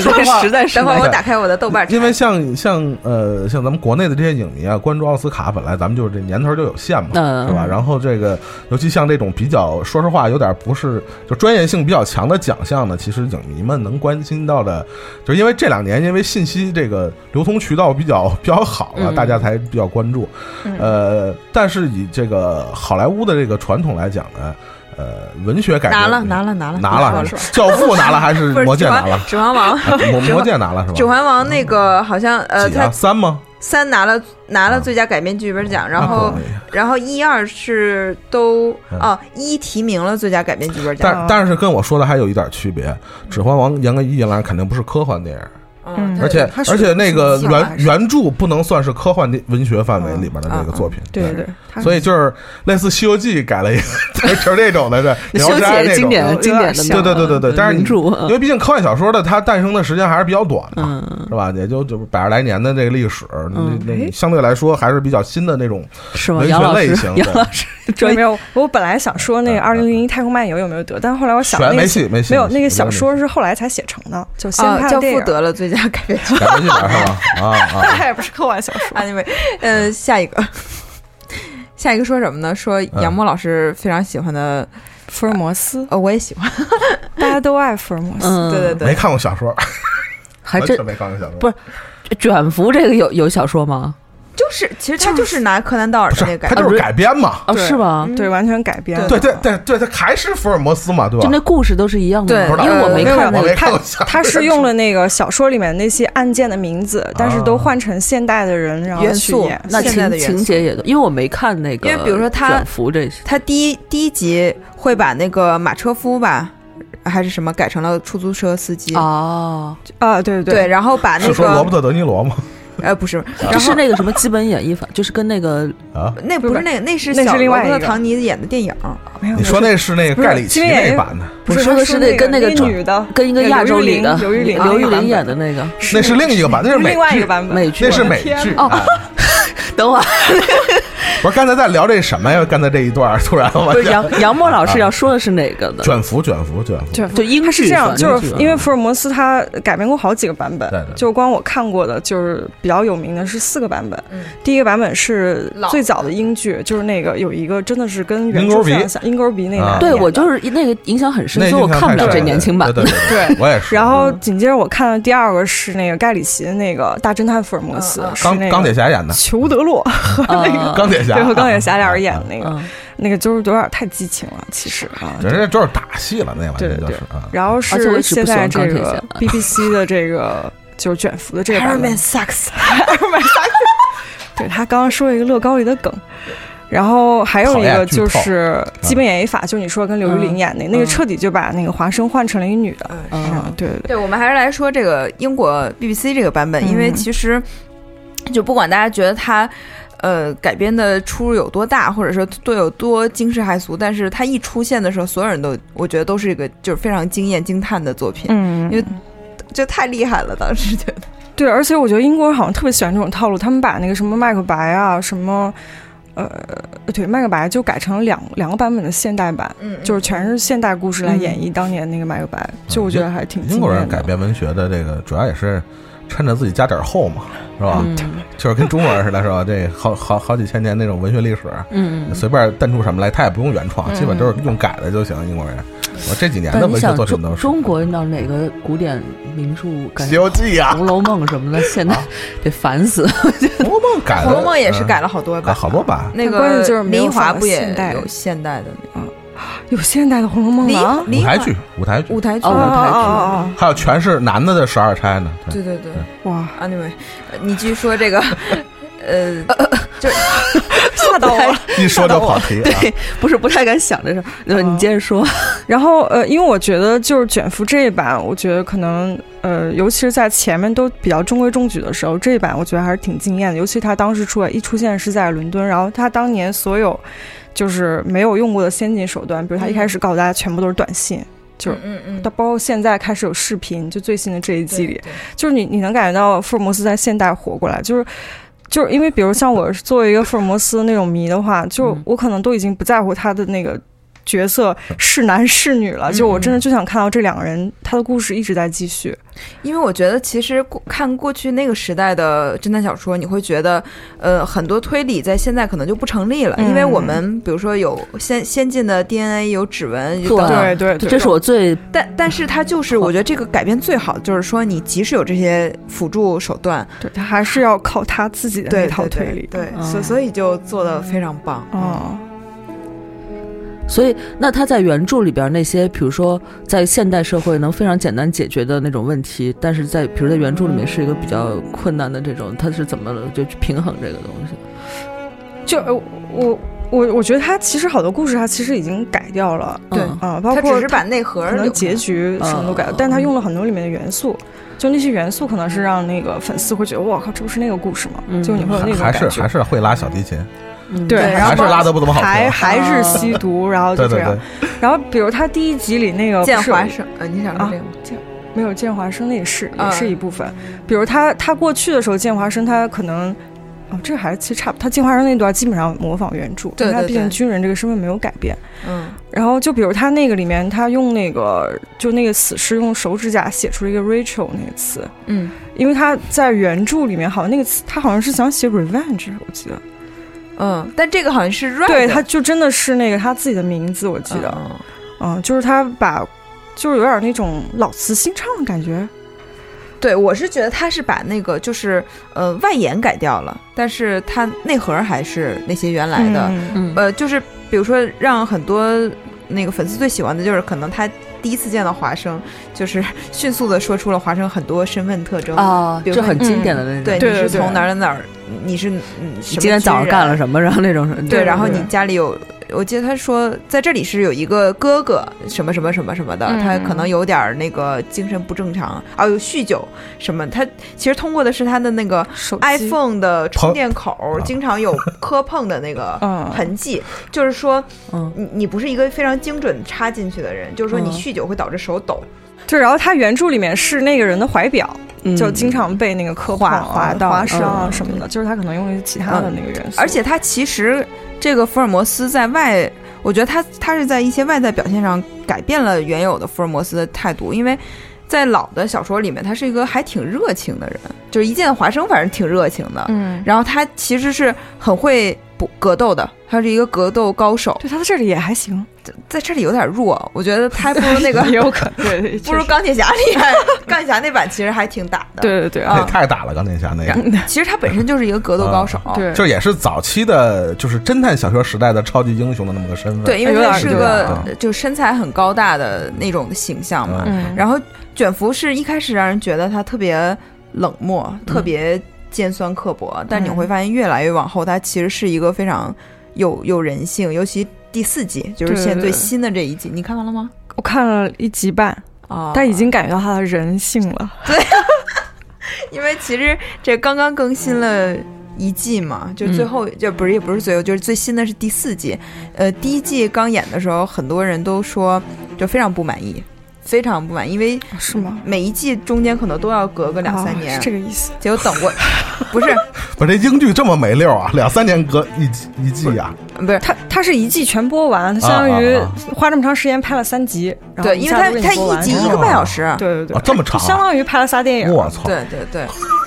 S3: 说实话
S2: 实在是
S1: 等会儿我打开我的豆瓣儿查，
S3: 因为像像呃像咱们国内的这些影迷啊，关注奥斯卡本来咱们就是这年头就有限嘛，
S2: 嗯
S3: 对吧？然后这个尤其像这种比较说实话有点不是就专业性比较强的奖项呢，其实影迷们能关心到的，就是因为这两年因为信息这个流通渠道比较比较好了，
S2: 嗯
S3: 大家才比较关注。
S4: 嗯
S3: 呃，但是以这个好莱坞的这个传统来讲呢，呃，文学改编
S1: 拿了拿了拿了
S3: 拿
S1: 拿
S3: 了，
S1: 了
S3: 是吧教父拿了还是
S1: <laughs> 不是
S3: 魔戒
S1: 指
S3: 拿
S1: 环
S3: 了？
S1: 指环王，
S3: 啊魔魔戒拿了是吧？
S1: 指环王那个好像呃，
S3: 几啊？
S1: 他
S3: 三吗？
S1: 三拿了拿
S3: 啊
S1: 了最佳改编剧本奖，
S3: 那
S1: 然后
S3: 可以
S1: 然后一二是都
S3: 嗯
S1: 哦一提名了最佳改编剧本奖，
S3: 但但是跟我说的还有一点区别，《指环王》严格意义来讲肯定不是科幻电影，
S1: 嗯，
S4: 嗯
S3: 而且
S1: 它是
S3: 而且那个啊
S1: 它是
S3: 原原著不能算是科幻的文学范围里面的那个作品，啊
S4: 对对对，
S3: 所以就是类似《西游记》改了一个， <laughs> 就是这种的，对， <laughs>
S2: 修
S3: 聊斋
S2: 姐
S3: 那
S2: 经
S3: 种
S2: 典
S3: 的，
S4: 有
S3: 嗯
S4: 点
S2: 经典的
S4: 像
S3: 对对对对对但是你
S2: 名著，
S3: 因为毕竟科幻小说的它诞生的时间还是比较短的嘛，
S2: 嗯，
S3: 是吧？也就就百十来年的这个历史，那
S2: 嗯
S3: 那相对来说还是比较新的那种
S2: 是吗？
S3: 文学
S2: 杨老
S3: 类
S2: 师
S3: 型，
S2: 杨
S3: 对
S2: 老师 <laughs> 专
S4: 没
S2: 业，
S4: 有。我本来想说那个
S3: 嗯
S4: 二零零一太空漫游有没有得，但后来我想
S3: 全
S4: 那
S3: 没
S4: 个
S3: 戏没戏，
S4: 没有
S3: 戏
S4: 那个
S3: 我觉得
S4: 小
S3: 没戏
S4: 说是后来才写成的，就先
S1: 啊
S4: 看
S1: 教
S4: 电
S1: 父
S4: 影。
S1: 得了最佳改编剧
S3: 改编剧本是吧？啊 <laughs> 啊，
S4: 那也不是科幻小
S3: <laughs>
S4: 说，
S1: 本，anyway，呃，下一个。 <laughs> 下一个说什么呢？说
S3: 嗯
S1: 杨默老师非常喜欢的，
S4: 福尔摩斯，
S1: 呃，我也喜欢。
S4: 大家都爱福尔摩斯。
S2: 嗯，
S1: 对对，
S3: 没
S1: 对，
S3: 看过小说，
S2: 还
S3: 完
S2: 真
S3: 全没看过小说，
S2: 不是卷福这个有有小说吗？
S1: 就是其实他就是拿柯南道尔
S3: 不
S1: 的那个
S3: 是，
S1: 改
S3: 它
S1: 编，嗯
S3: 就是嗯改编嘛。
S2: 哦，
S1: 对
S2: 是吗？
S4: 对，完全改编。
S3: 对对，对对，它还是福尔摩斯嘛，对
S2: 就
S3: 吧
S2: 那？故事都是一样的
S1: 对
S2: 吗，因为
S1: 呃
S2: 我没
S4: 没有
S2: 看那
S3: 我
S2: 个
S3: 没看过小说，
S4: 他是用了那个小说里面那些案件的名
S3: 哦
S4: 字，但是都换成现代的人，然后
S1: 元
S4: 去
S1: 素
S4: 演。
S2: 那
S1: 现在的
S2: 情
S1: 元
S2: 情
S1: 素
S2: 节也都，因为我没看那个，
S1: 因为比如说他
S2: 卷福这些，
S1: 他第一第一集会把那个马车夫吧，还是什么改成了出租车司机。
S2: 哦，
S4: 啊，对对
S1: 对，然后把那
S3: 是说罗伯
S1: 个
S3: 特·德尼罗吗？
S1: 呃不是，
S2: 这
S1: 然
S2: 是
S1: 后
S2: 那个什么基本演绎法，就是跟那个
S3: 啊，
S1: 那不是那个，那是
S4: 那是
S1: 小
S4: 另
S1: 罗
S4: 外一
S1: 伯特
S4: 个
S1: 唐尼演的电影，
S4: 没有
S3: 你说那是那个盖里奇
S4: 不是因为
S3: 那版的，
S2: 不
S4: 不
S2: 是
S4: 他
S2: 的是
S4: 那
S2: 跟那个
S4: 那女的，
S2: 跟一个
S4: 那
S2: 亚
S4: 刘
S2: 洲
S4: 玉
S2: 里
S4: 玲
S2: 的
S4: 刘玉玲
S2: 哎刘玉
S4: 那个版
S2: 玲啊演的
S4: 本
S2: 那个
S3: 那是另一个版，那是美
S4: 另外一个哦
S3: 剧，
S4: 版本。
S2: 美剧，
S3: 那是美剧
S4: 天
S2: 哪
S3: 哎
S2: 等会儿
S3: 不是刚才在聊这什么呀？刚才这一段儿突然我啊
S2: 不是杨杨默老师要说的是哪个呢？
S3: 卷福卷福卷福，
S4: 对
S2: 就英剧啊
S4: 它是这样，
S2: 反
S4: 就
S2: 正
S4: 是
S2: 是
S4: 因为福尔摩斯他改编过好几个版本
S3: 对对对，
S4: 就光我看过的，就是比较有名的是四个版本
S1: 嗯。
S4: 第一个版本是
S1: 老
S4: 最早的英剧，就是那个有一个真的是跟原
S3: 鹰钩
S4: 著
S3: 鼻
S4: 非常像，鹰钩鼻那个
S3: 啊
S4: 男的
S2: 对
S4: 演
S2: 我
S4: 的
S2: 就是那个影响很深
S3: 那，
S2: 所以我
S3: 印象
S2: 看不
S3: 太
S2: 了这
S3: 深
S2: 年轻版。
S3: 对对对，对我也是。
S4: 然后紧接着我看的第二个是那个盖里奇的那个大侦探福尔摩斯
S1: 嗯嗯，嗯
S4: 是
S3: 钢
S4: 那
S3: 钢
S4: 个
S3: 铁侠演的，
S4: 裘德
S3: <laughs>
S4: 洛，
S2: 啊
S3: 钢铁侠
S4: 对和钢铁侠俩人演的那个，
S2: 嗯
S4: 那个就是有点太激情了，其实啊。
S3: 人家就是打戏了，那玩意
S4: 对
S3: 儿
S4: 对
S3: 就
S4: 对
S3: 是啊。
S4: 然后
S2: 而且我一
S4: 是
S2: 直不
S4: 现
S2: 喜欢钢
S4: 在这 <laughs>
S2: 铁
S4: 个
S2: 侠
S4: BBC 的这个就是卷福的这个版本
S1: Iron Man，sucks，
S4: 对他刚刚说了一个乐高里的梗。然后还有一
S3: 讨
S4: 个
S3: 厌剧透嗯
S4: 就是基本演绎法，就是你说跟刘玉玲演的那个，
S2: 嗯
S4: 彻底就把那个华生换成了一女的。嗯，对对对，
S1: 对，我们还是来说这个英国 BBC 这个版本，因为
S4: 嗯
S1: 其实就不管大家觉得它呃改编的出入有多大，或者说多有多惊世骇俗，但是它一出现的时候，所有人都我觉得都是一个就是非常惊艳惊叹的作品，
S4: 嗯
S1: 因为就太厉害了，当时觉得。
S4: 对，而且我觉得英国人好像特别喜欢这种套路，他们把那个什么麦克白啊，什么呃，对，麦克白就改成两两个版本的现代版，
S1: 嗯
S4: 就是全是现代故事来演绎当年那个麦克白，就我觉得还挺
S3: 嗯英国人
S4: 惊艳的
S3: 改编文学的这个主要也是趁着自己加点儿厚嘛，是吧？
S2: 嗯
S3: 就是跟中国人似的，是吧？这好好好几千年那种文学历史，
S2: 嗯，
S3: 随便诞出什么来，他也不用原创，
S1: 嗯
S3: 基本都是用改的就行。英国人，我这几年的
S2: 但你
S3: 文学
S2: 想
S3: 作品都
S2: 中
S3: 是
S2: 中国到哪个古典名著改
S3: 《西游记》
S2: 《
S3: 啊，
S2: 红楼梦》什么的，现在得烦死。
S3: 《红楼梦》改
S1: 《
S3: 的，
S1: 红楼梦》也是改
S3: 了
S1: 了好多版，
S3: 好多版。
S1: 那
S4: 嗯关
S1: 个
S4: 键就是没
S1: 林
S4: 有
S1: 奕华
S4: 放到
S1: 不也
S4: 现代
S1: 有现代的那
S4: 有现代的《红楼梦》了啊
S1: 个？林
S3: 舞
S1: 林
S3: 台
S1: 华
S3: 剧，舞台剧
S1: 舞，台剧
S2: 哦
S4: 啊
S2: 舞
S4: 啊
S2: 台
S4: 啊
S2: 剧
S4: 啊啊！
S3: 还有全是男的的十二钗呢。对
S1: 对对对。
S3: 嗯
S4: 哇，
S1: Anyway，呃你继续说
S4: <laughs>
S1: 这个，呃，就
S4: 吓到我了。
S3: 一说就跑
S4: <laughs>
S3: 题啊。
S2: 对，不是不太敢想这事儿。那你接着说，
S4: 然后呃，因为我觉得就是卷福这一版，我觉得可能呃，尤其是在前面都比较中规中矩的时候，这一版我觉得还是挺惊艳的。尤其他当时出来一出现是在伦敦，然后他当年所有就是没有用过的先进手段，比如他一开始告诉大家全部都是短信，就是
S1: 嗯嗯
S4: 到包括现在开始有视频，就最新的这一季里，
S1: 对
S4: 就是你你能感觉到福尔摩斯在现代活过来，就是。就是因为，比如像我作为一个福尔摩斯那种迷的话，就
S2: 嗯
S4: 我可能都已经不在乎他的那个角色是男是女了。就我
S1: 嗯
S4: 真的就想看到这两个人他的故事一直在继续。
S1: 因为我觉得，其实过看过去那个时代的侦探小说，你会觉得，呃，很多推理在现在可能就不成立
S4: 嗯
S1: 了，因为我们比如说有先先进的 DNA，有指纹，有
S2: 对
S4: 对对对，
S2: 这是我最
S1: 但但是它就是，我觉得这个改编最好，就是说你即使有这些辅助手段，
S4: 对他还是要靠他自己的
S1: 对
S4: 那套
S1: 对
S4: 推
S1: 对
S4: 理。
S1: 对，
S2: 嗯
S1: 所、所以就做的非常棒。
S4: 哦，
S2: 所以，那他在原著里边那些，比如说在现代社会能非常简单解决的那种问题，但是在比如在原著里面是一个比较困难的这种，他是怎么就去平衡这个东西？
S4: 就呃我我我觉得他其实好多故事他其实已经改掉了
S1: 对
S2: 嗯
S4: 啊，包
S1: 他
S4: 括
S1: 只是把内核
S4: 可能
S1: 留
S4: 结局什么都改了，
S2: 嗯
S4: 但他用了很多里面的元素，就那些元素可能是让那个粉丝会觉得，我靠，这不是那个故事吗？
S2: 嗯
S4: 就你会有那种
S3: 还
S4: 感
S3: 是
S4: 觉。
S3: 还是会拉小提琴，
S2: 嗯
S4: 对，然后
S3: 还是
S4: 包
S3: 拉的不怎么好听。嗯
S4: 还还是
S2: 啊
S4: 吸毒，然后就
S3: 对
S4: 这
S3: 对
S4: 样。
S3: 对，
S4: 然后比如他第一集里那个
S1: 见
S4: 不是
S1: 华生，呃，你想说
S4: 啊
S1: 这个吗？
S4: 没有建华生那也是也
S1: 嗯
S4: 是一部分。比如他他过去的时候，建华生他可能。哦，这个还是其实差不多。他进华生那段基本上模仿原著，
S1: 对
S4: 因为他
S1: 对
S4: 毕竟
S1: 对
S4: 军人这个身份没有改变。
S1: 嗯，
S4: 然后就比如他那个里面，他用那个就那个死尸用手指甲写出了一个 Rachel 那个词，
S1: 嗯，
S4: 因为他在原著里面好像那个词，他好像是想写 revenge，我记得，
S1: 嗯，但这个好像是嗯 right，
S4: 对，他就真的是那个他自己的名字，我记得，
S1: 嗯
S4: 嗯，就是他把，就是有点那种老词新唱的感觉，
S1: 对，我是觉得他是把那个就是呃外延改掉了，但是它内核还是那些原来的，
S4: 嗯
S2: 嗯
S1: 呃，就是比如说让很多那个粉丝最喜欢的就是可能他第一次见到华生，就是 <laughs> 迅速的说出了华生很多身份特征，
S2: 啊，
S1: 呃比如
S2: 这
S1: 说嗯
S2: 很经典的那种。
S1: 对，
S4: 对
S1: 你
S4: 对
S1: 是
S4: 对
S1: 从哪儿到哪儿，你是嗯，
S2: 你今天早上干了
S1: 么
S2: 什么？然后那种
S1: 军人？对，然后
S4: 对
S1: 你家里有。我记得他说，在这里是有一个哥哥，什么什么什么什么的，
S4: 嗯
S1: 他可能有点儿那个精神不正常，啊，有酗酒什么。他其实通过的是他的那个
S4: 手机
S1: iPhone 的充
S3: 碰
S1: 电口
S3: 啊
S1: 经常有磕碰的那
S4: <laughs>
S1: 个
S4: 嗯
S1: 痕迹，就是说
S2: 嗯
S1: 你你不是一个非常精准插进去的人，就是说你
S2: 嗯
S1: 酗酒会导致手抖，
S4: 对，然后他原著里面是那个人的怀表，
S2: 嗯
S4: 就经常被那个磕碰啊
S1: 划划到
S4: 划伤啊
S2: 嗯
S4: 什么的，就是他可能用了一些其他的那个元素，
S1: 而且他其实这个福尔摩斯在外，我觉得他他是在一些外在表现上改变了原有的福尔摩斯的态度，因为。在老的小说里面，他是一个还挺热情的人，就是一见华生，反正挺热情的。
S4: 嗯，
S1: 然后他其实是很会搏格斗的，他是一个格斗高手，
S4: 对他在这里也还行，
S1: 在这里有点弱，我觉得他还不如那 <laughs> 个
S4: <laughs> 也有可能， <laughs> 对对，
S1: 不如
S4: 确实
S1: 钢铁侠厉害。钢铁侠那版其实还挺打的。，
S4: 对对对
S3: 那
S4: 啊
S3: 也，太打了钢铁侠那个，
S1: 其实他本身就是一个格斗高手。
S4: 对，
S3: 就是也是早期的，就是侦探小说时代的超级英雄的那么个身份。
S1: 对，因为
S4: 哎有点啊
S1: 他
S4: 儿
S1: 是
S4: 有
S3: 点
S1: 个
S3: 儿
S1: 呃就身材很高大的那种形象嘛。
S4: 嗯，
S1: 然后卷福是一开始让人觉得他特别冷漠，
S4: 嗯
S1: 特别尖酸刻薄，但你会发现越来越往后，他其实是一个非常有有人性，尤其第四集就是
S4: 对
S1: 现在最
S4: 对
S1: 新的这一集，你看完了吗？
S4: 我看了一集半，
S1: 啊
S4: 但已经感觉到他的人性了。
S1: 因为其实这刚刚更新了一季嘛，就最后、就不是也不是最后，就是最新的是第四季。呃，第一季刚演的时候，很多人都说就非常不满意，非常不满意，因为
S4: 是吗？
S1: 每一季中间可能都要隔个两三年。
S4: 哦是这个意思。
S1: 结果等过，不是
S3: 不是这英剧这么没溜啊，两三年隔一季一季啊，
S1: 嗯不是。
S4: 他他是一季全播完，他相当于花这么长时间拍了三集， <laughs> 然后
S1: 对，因为他
S4: 下子
S1: 他
S4: 给你播
S1: 一
S4: 完哦
S1: 集
S3: 是
S1: 一
S3: 吧
S1: 个半小时，
S4: 对对对
S3: 啊，这么长啊
S4: 就相当于拍了仨电影。
S3: 我操！
S1: 对对对，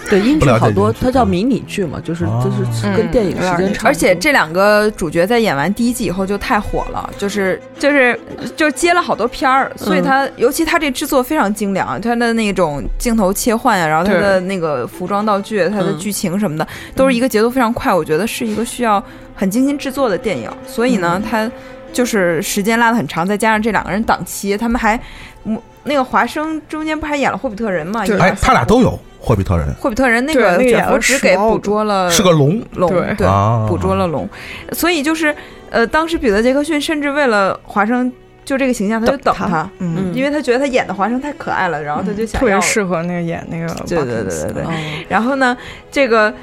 S2: 对英
S3: 不
S2: 剧
S3: 了解
S2: 好多
S3: 英，剧
S2: 它叫迷你剧嘛，就是
S3: 哦
S2: 就是跟电影时间差不多，
S1: 而且这两个主角在演完第一季以后就太火了，就是就是就接了好多片儿，所以他、尤其他这制作非常精良，他的那种镜头切换啊呀、然后他
S4: 对
S1: 的那个服装道具、啊他的
S2: 嗯
S1: 剧情什么的，都是一个节奏非常快，我觉得是一个需要很精心制作的电影，所以呢，他就是时间拉的很长，再加上这两个人档期，他们还嗯那个华生中间不还演了霍比特人嘛？
S4: 对
S1: 一
S3: 哎
S1: 二，三
S3: 他俩都有霍比特人，
S1: 霍比特人那
S4: 对那
S1: 个
S4: 个演
S1: 卷
S4: 了
S1: 福只给
S4: 12
S1: 捕捉了
S3: 是个龙
S1: 龙，
S4: 对
S1: 嗯对，
S3: 啊，
S1: 捕捉了龙，所以就是呃，当时彼得杰克逊甚至为了华生就这个形象，他就等
S4: 等
S1: 他，
S4: 他嗯
S1: 嗯，
S2: 嗯
S1: 因为他觉得他演的华生太可爱了，然后他就想
S4: 特
S1: 要，
S4: 别适合那个演那个
S1: 对对对
S4: Watkins
S1: 对嗯对
S2: 哦
S1: 然后呢，这个。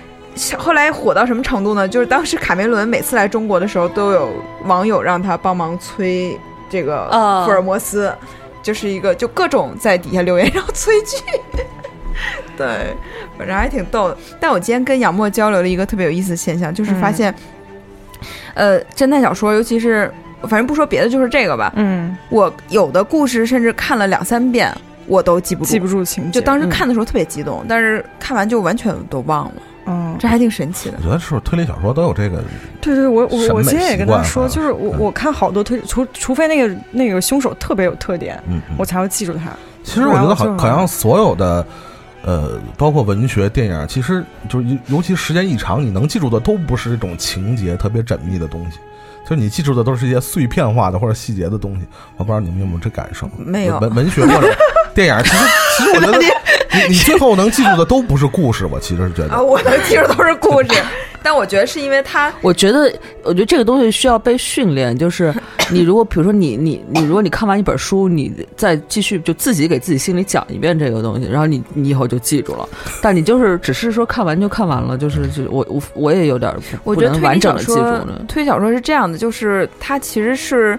S1: 后来火到什么程度呢？就是当时卡梅伦每次来中国的时候，都有网友让他帮忙催这个
S2: 啊
S1: 福尔摩斯，就是一个就各种在底下留言，然后催剧。 <laughs> 对，反正还挺逗的。但我今天跟杨沫交流了一个特别有意思的现象，就是发现，呃，侦探小说，尤其是反正不说别的，就是这个吧。
S4: 嗯，
S1: 我有的故事甚至看了两三遍，我都记不住。
S4: 记不住情节，
S1: 就当时
S2: 嗯
S1: 看的时候特别激动，但是看完就完全都忘了，
S4: 嗯，
S1: 这还挺神奇的
S3: 我。觉得是不是推理小说都有这个
S4: 对对，我
S3: 审
S4: 我我
S3: 美
S4: 今天也
S3: 习
S4: 跟他
S3: 惯
S4: 说，
S3: 哈
S4: 就是我
S3: 嗯
S4: 我看好多推，除除非那个那个凶手特别有特点，
S3: 嗯，嗯
S4: 我才会记住他。
S3: 其实我觉
S4: 不
S3: 得
S4: 然我
S3: 好，
S4: 就
S3: 好像所有的，呃，包括文学、电影，啊其实就是尤尤其时间一长，你能记住的都不是这种情节特别缜密的东西，就是你记住的都是一些碎片化的或者细节的东西。我不知道你们有没有这感受？
S1: 没有
S3: 文文学或者电影，其实其实我觉得你你最后能记住的都不是故事，我其实是觉
S1: 啊，
S3: 得。
S1: 我能记住都是故事，但我觉得是因为他
S2: 我觉得，我觉得这个东西需要被训练。就是你如果，比如说你你你，如果你看完一本书，你再继续就自己给自己心里讲一遍这个东西，然后你你以后就记住了。但你就是只是说看完就看完了，就是就我我我也有点儿不
S1: 我
S2: 不
S1: 觉得
S2: 能
S1: 推理
S2: 完整
S1: 小
S2: 的记住
S1: 说
S2: 呢，。嗯
S1: 推理小说是这样的，就是它其实是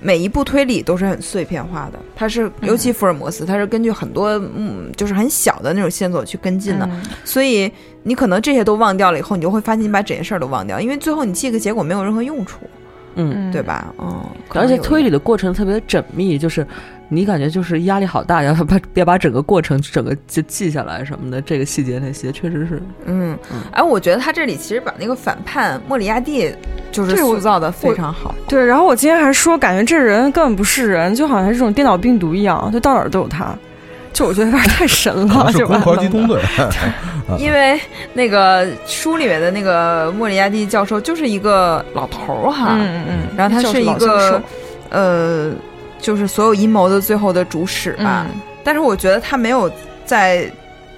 S1: 每一部推理都是很碎片化的，它是
S2: 嗯
S1: 尤其福尔摩斯，它是根据很多嗯，就是很小的那种线索去跟进的，
S4: 嗯
S1: 所以你可能这些都忘掉了以后，你就会发现你把整件事儿都忘掉，因为最后你记个结果没有任何用处，
S2: 嗯，
S1: 对？吧？嗯，可
S2: 而
S1: 能
S2: 且
S1: 有
S2: 推
S1: 一
S2: 理
S1: 点
S2: 的过程特别缜密，就是你感觉就是压力好大，要把 <laughs> 要把整个过程整个就记下来什么的，这个细节那些确实是。
S1: 嗯
S2: 嗯，
S1: 哎，我觉得他这里其实把那个反叛莫里亚蒂就是
S4: 这我
S1: 塑造的非
S4: 我
S1: 常好。
S4: 对，然后我今天还说，感觉这人根本不是人，就好像是这种电脑病毒一样，就到哪儿都有他。就我觉得有点太神
S3: <laughs> 可
S4: 了，
S3: 能是
S4: 就
S3: 攻壳机动队，
S1: 因为那个书里面的那个莫里亚蒂教授就是一个老头儿哈，
S4: 嗯嗯嗯，
S1: 然后他是一
S4: 教授老
S1: 个
S4: 教授
S1: 呃，就是所有阴谋的最后的主使吧。
S4: 嗯
S1: 但是我觉得他没有在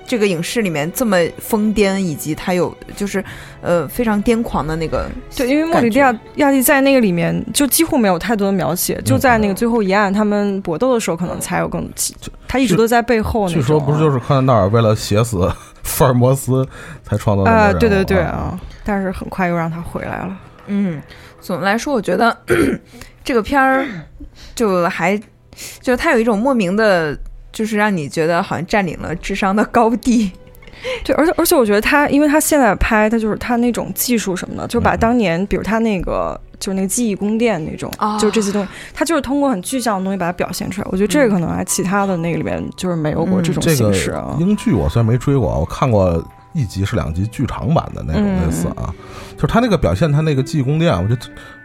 S1: 这个影视里面这么疯癫，以及他有就是呃非常癫狂的那个
S4: 对，因为莫里蒂亚亚蒂在那个里面就几乎没有太多的描写，就在那个最后一案他们搏斗的时候，可能才有更，他一直都在背后那
S3: 据
S4: 种。啊
S3: 说不是就是柯南道尔为了写死 <laughs> 福尔摩斯才创造的
S4: 啊、
S3: 那个
S4: 对对
S3: 人物
S4: 对啊，，但是很快又让他回来了。
S1: 嗯，总的来说，我觉得 <coughs> 这个片儿就还就是它有一种莫名的，就是让你觉得好像占领了智商的高地。嗯
S4: 对，而且而且我觉得他，因为他现在拍，他就是他那种技术什么的，就
S3: 嗯
S4: 把当年比如他那个就是那个记忆宫殿那种，
S1: 啊
S4: 就是这些东西，他就是通过很具象的东西把它表现出来。我觉得这个可能还其他的那个里面就是没有过这种
S3: 嗯这
S4: 形
S3: 个
S4: 式啊。
S3: 英剧我虽然没追过，我看过一集是两集剧场版的那种
S4: 嗯
S3: 类似啊，就是他那个表现，他那个记忆宫殿，我觉得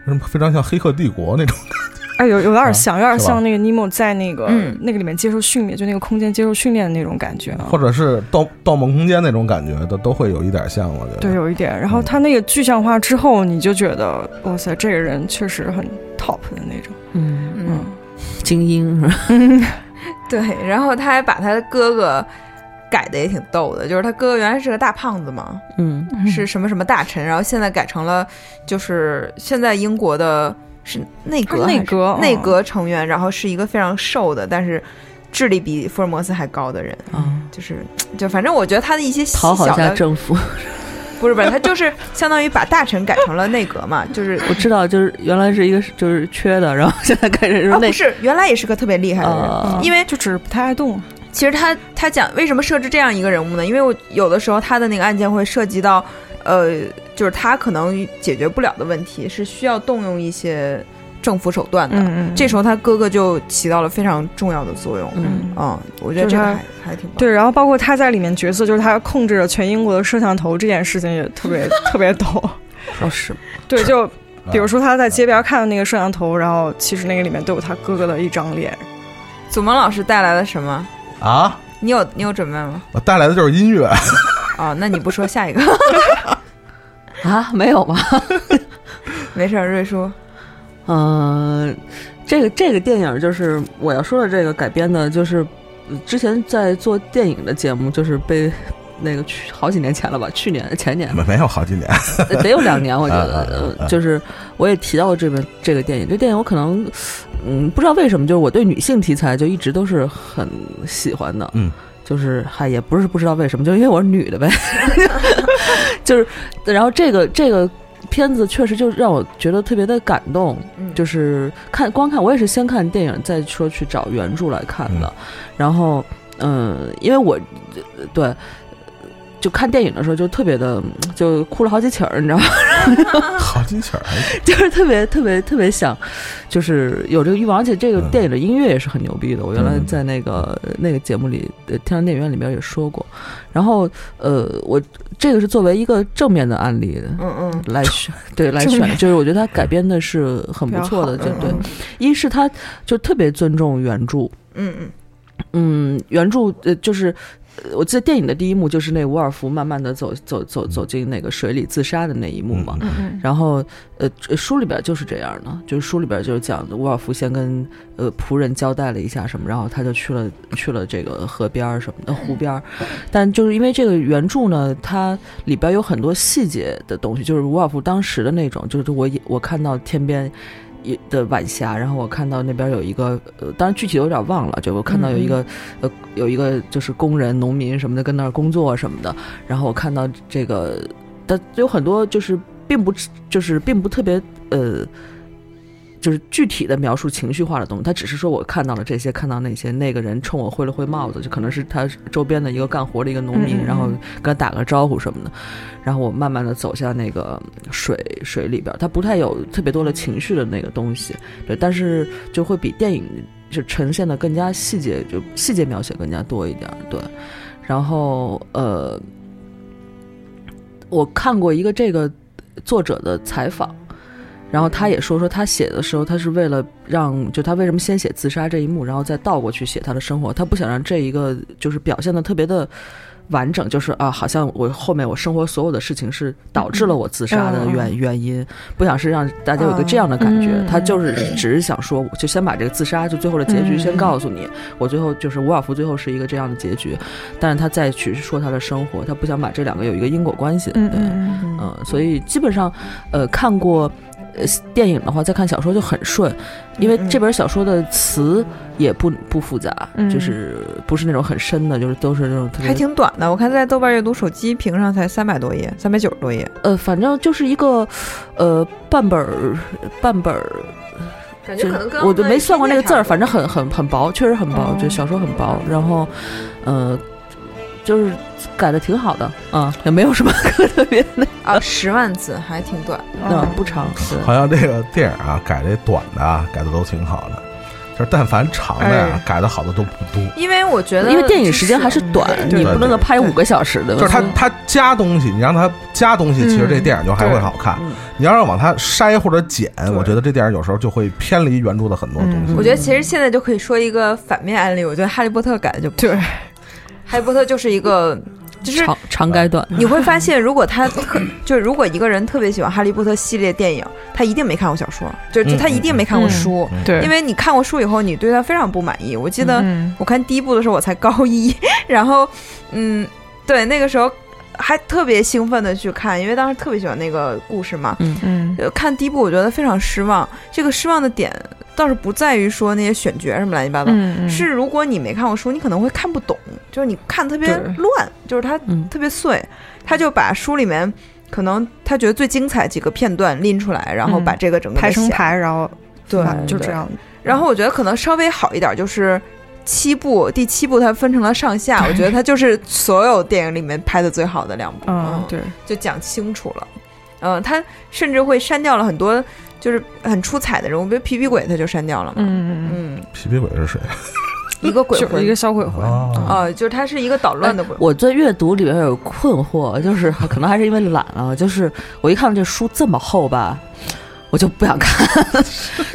S3: 为什么非常像《黑客帝国》那种。
S4: 哎，有有点像，有点
S3: 啊是吧
S4: 像那个尼莫在那个、
S1: 嗯
S4: 那个里面接受训练，就那个空间接受训练的那种感觉啊
S3: 或。者是盗《盗梦空间》那种感觉的，都会有一点像，我觉得。啊
S4: 对，有一点。然后
S3: 嗯
S4: 他那个具象化之后，你就觉得哇塞，这个人确实很 top 的那种。
S2: 嗯，
S1: 嗯
S4: 嗯，
S2: 精英是吧？
S1: 对，然后他还把他的哥哥改的也挺逗的，就是他哥哥原来是个大胖子嘛，
S2: 嗯，
S1: 是什么什么大臣，然后现在改成了就是现在英国的是内
S4: 他
S1: 阁还
S4: 内
S1: 是
S4: 阁
S1: 内
S4: 嗯
S1: 阁成员，然后是一个非常瘦的，但是智力比福尔摩斯还高的人，
S2: 啊，
S1: 就是就反正我觉得他的一些细
S2: 讨好一
S1: 小
S2: 下
S1: 的
S2: 政府。
S1: <laughs> 不是不是，他就是相当于把大臣改成了内阁
S4: <laughs>
S1: 嘛，就是。
S2: 我知道，就是原来是一个是就是缺的，然后现在开始
S1: 啊，
S2: 是
S1: 不
S2: 那
S1: 是，原来也是个特别厉害的人，
S4: 呃
S2: 啊
S1: 因为
S4: 嗯就只是不太爱动。
S1: 其实他他讲为什么设置这样一个人物呢？因为我有的时候他的那个案件会涉及到，呃，就是他可能解决不了的问题，是需要动用一些政府手段的。
S4: 嗯嗯，
S1: 这时候他哥哥就起到了非常重要的作用。
S2: 嗯，
S1: 嗯，我觉得这个
S4: 就是他
S1: 还还挺棒。
S4: 对，然后包括他在里面角色，就是他控制着全英国的摄像头这件事情也特 <laughs> 别特别逗。
S2: 哦是，
S4: 对，就
S3: 啊
S4: 比如，说他在街边看的那个摄像头，然后其实那个里面都有他哥哥的一张脸。
S1: 祖萌老师带来了什么？
S3: 啊，
S1: 你有你有准备吗？
S3: 我带来的就是音乐，
S1: 哦，那你不说下一个， <laughs>
S2: 啊，没有吧？
S1: 没事儿，瑞叔。
S2: 嗯、这个这个电影就是我要说的这个改编的，就是呃之前在做电影的节目，就是被那个去好几年前了吧，去年前
S3: <laughs>
S2: 年
S3: 没没有好几年，
S2: 得得有两年，我觉
S3: 啊啊
S2: 得
S3: 啊，啊
S2: 呃就是我也提到过这个这个电影，这电影我可能，嗯，不知道为什么，就是我对女性题材就一直都是很喜欢的，
S3: 嗯，
S2: 就是嗨，也不是不知道为什么，就是因为我是女的呗，就是，然后这个这个片子确实就让我觉得特别的感动，
S1: 嗯，
S2: 就是看光看，我也是先看电影，再说去找原嗯著来看的。然后，嗯，因为我对，就看电影的时候就特别的，嗯就哭了好几起儿，你知道吗？ <laughs>
S3: 好机器儿还行，
S2: 就是特别特别特别想，就是有这个欲望，而且这个
S3: 嗯
S2: 电影的音乐也是很牛逼的。我原来
S3: 嗯
S2: 在那个、那个节目里，呃，《天堂电影院》里面也说过。然后，呃，我这个是作为一个正面的案例
S1: 嗯嗯，
S2: 来选， <laughs> 对来
S4: 正
S2: 选，
S4: 面
S2: 就是我觉得他改编的是很
S4: 比
S2: 不
S4: 较
S2: 错
S4: 好
S2: 的，
S4: 的
S2: 就
S1: 嗯
S2: 对
S1: 嗯。
S2: 一是他就特别尊重原著，
S1: 嗯嗯
S2: 嗯，原著呃就是。呃我记得电影的第一幕就是那伍尔夫慢慢的走走走走进那个水里自杀的那一幕嘛，
S3: 嗯
S4: 嗯嗯
S2: 然后，呃，呃书里边就是这样的，就是书里边就是讲的，沃尔夫先跟呃仆人交代了一下什么，然后他就去了去了这个河边儿什么的湖边儿，但就是因为这个原著呢，它里边有很多细节的东西，就是沃尔夫当时的那种，就是我也我看到天边。一的晚霞，然后我看到那边有一个，呃，当然具体有点忘了，就我看到有一个，呃，有一个就是工人、农民什么的跟那儿工作什么的，然后我看到这个，但有很多就是并不就是并不特别呃，就是具体的描述情绪化的东西，他只是说我看到了这些，看到那些，那个人冲我挥了挥帽子，就可能是他周边的一个干活的一个农民，
S4: 嗯嗯嗯
S2: 然后跟他打个招呼什么的，然后我慢慢的走向那个水水里边儿，他不太有特别多的情绪的那个东西，对，但是就会比电影就呈现的更加细节，就细节描写更加多一点儿，对，然后呃。我看过一个这个作者的采访，然后他也说说他写的时候，他是为了让就他为什么先写自杀这一幕，然后再倒过去写他的生活，他不想让这一个就是表现的特别的完整，就是啊，好像我后面我生活所有的事情是导致了我自杀的
S4: 嗯嗯
S2: 原、原因，不想是让大家有一个这样的感觉，
S4: 嗯
S2: 他就是
S4: <clears throat>
S2: 只是想说，我就先把这个自杀就最后的结局
S4: 嗯
S2: 先告诉你，我最后就是伍尔夫最后是一个这样的结局，但是他再去说他的生活，他不想把这两个有一个因果关系，
S4: 嗯
S2: 对
S4: 嗯嗯，
S2: 嗯，所以基本上，呃，看过呃电影的话，再看小说就很顺，因为
S1: 嗯嗯
S2: 这本小说的词也不不复杂，
S4: 嗯
S2: 就是不是那种很深的，就是都是那种特
S1: 还
S2: 别
S1: 挺短的。我看在豆瓣阅读手机屏上才三百多页，三百九十多页。
S2: 呃，反正就是一个呃半本儿半本儿，
S1: 感
S2: 就我就没算过那个字儿，
S1: 啊
S2: 反正很很很薄，确实很薄，
S4: 哦
S2: 就小说很薄，然后呃就是改的挺好的啊、也没有什么 <laughs> 可特别的，
S1: 啊，十万字还挺短。
S2: 嗯、
S4: 嗯
S2: 不长，对
S3: <laughs> 好像这个电影啊，改这短的啊，改的都挺好的，就是但凡长的呀、
S1: 哎
S3: 改的好的都不多。
S1: 因为我觉得，
S2: 因为电影时间还是短，
S3: 对
S2: 你不能够
S3: 对
S2: 拍五个小时的，
S3: 就是他
S2: 嗯
S3: 他加东西，你让他加东西，其实这电影就还会好看。
S2: 嗯
S3: 你要是往他筛或者剪，我觉得这电影有时候就会偏离原著的很多东西。
S2: 嗯
S1: 我觉得其实现在就可以说一个反面案例。我觉得《哈利波特》改的就不错
S4: 对，
S1: 哈利波特》就是
S2: <laughs>
S1: 一个，就是
S2: 长长改短，
S1: <laughs> 你会发现，如果他特就是如果一个人特别喜欢《哈利波特》系列电影，他一定没看过小说，就就
S3: 嗯
S1: 他一定没看过
S4: 嗯
S1: 书，
S4: 对，
S1: 因为你看过书以后，你对他非常不满意。我记得
S4: 嗯
S1: 我看第一部的时候，我才高一， <laughs> 然后嗯，对，那个时候还特别兴奋的去看，因为当时特别喜欢那个故事嘛。
S4: 嗯
S1: 呃看第一部，我觉得非常失望。这个失望的点倒是不在于说那些选角什么乱七八糟，
S4: 嗯
S1: 是如果你没看过书，你可能会看不懂，就是你看特别
S4: 对
S1: 乱，就是它
S2: 嗯
S1: 特别碎，他就把书里面可能他觉得最精彩几个片段拎出来，然后
S4: 嗯
S1: 把这个整个
S4: 排成
S1: 写
S4: 排，然后
S1: 对
S4: 吧，就
S1: 对
S4: 这样，
S1: 然后我觉得可能稍微好一点就是。七部，第七部它分成了上下，我觉得它就是所有电影里面拍的最好的两部，
S4: 嗯，对，
S1: 就讲清楚了，嗯，它甚至会删掉了很多就是很出彩的人物，比如皮皮鬼，它就删掉了嘛，
S4: 嗯嗯
S1: 嗯，
S3: 皮皮鬼是谁？
S1: 一个
S4: 嗯，
S1: 鬼
S4: 就是
S1: 魂
S4: 一个，哎小鬼魂，嗯
S3: 哦
S1: 呃，就是它是一个捣乱的鬼魂，
S2: 我在阅读里边有困惑，就是 <laughs> 可能还是因为懒啊，就是我一看这书这么厚吧。我就不想看， <laughs>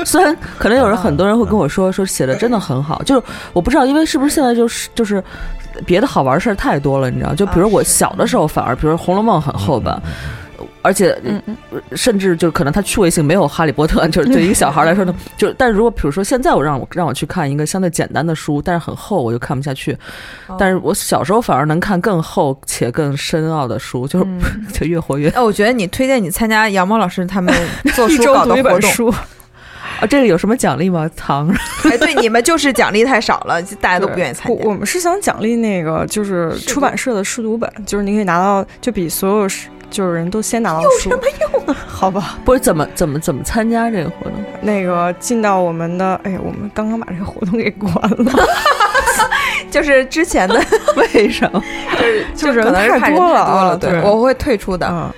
S2: 虽然可能有人很多人会跟我说说写的真的很好，就是我不知道，因为是不是现在就是就是别的好玩事儿太多了，你知道？就比如我小的时候反而，比如《红楼梦》很厚吧，
S3: 嗯
S2: 而且
S4: 嗯嗯
S2: 甚至就是可能它趣味性没有《哈利波特》，就是对于一个小孩来说呢，就是但是如果比如说现在我让我让我去看一个相对简单的书，但是很厚，我就看不下去。
S1: 哦
S2: 但是我小时候反而能看更厚且更深奥的书，就是、
S1: 嗯
S4: 嗯
S2: 就越活越
S1: 哎，我觉得你推荐你参加羊毛老师他
S4: <laughs>
S1: 们做
S4: 一
S1: 书
S4: 周
S1: 稿的
S4: 读一
S1: 活
S4: 本
S1: 动，
S4: 书，
S2: 啊。这个有什么奖励吗？藏
S1: 哎，对，你们就是奖励太少了，大家都不愿意参
S4: 我
S1: 加。
S4: 我们是想奖励那个就是
S1: 试读
S4: 出版社的试读本，就是你可以拿到，就比所有是就是人都先拿到书，有什么用啊？ <laughs> 好吧，
S2: <laughs> 不是怎么怎么怎么参加这个活动？
S4: 那个进到我们的，哎呀，我们刚刚把这个活动给关了，
S1: 就是之前的，
S2: 为什么？
S1: 就是
S4: 就
S1: 可
S4: 人
S1: 能是
S4: 太
S1: 看人
S4: 多了
S1: 太多
S4: 啊
S1: 了，对
S4: 对
S1: 我会退出的。
S4: 嗯，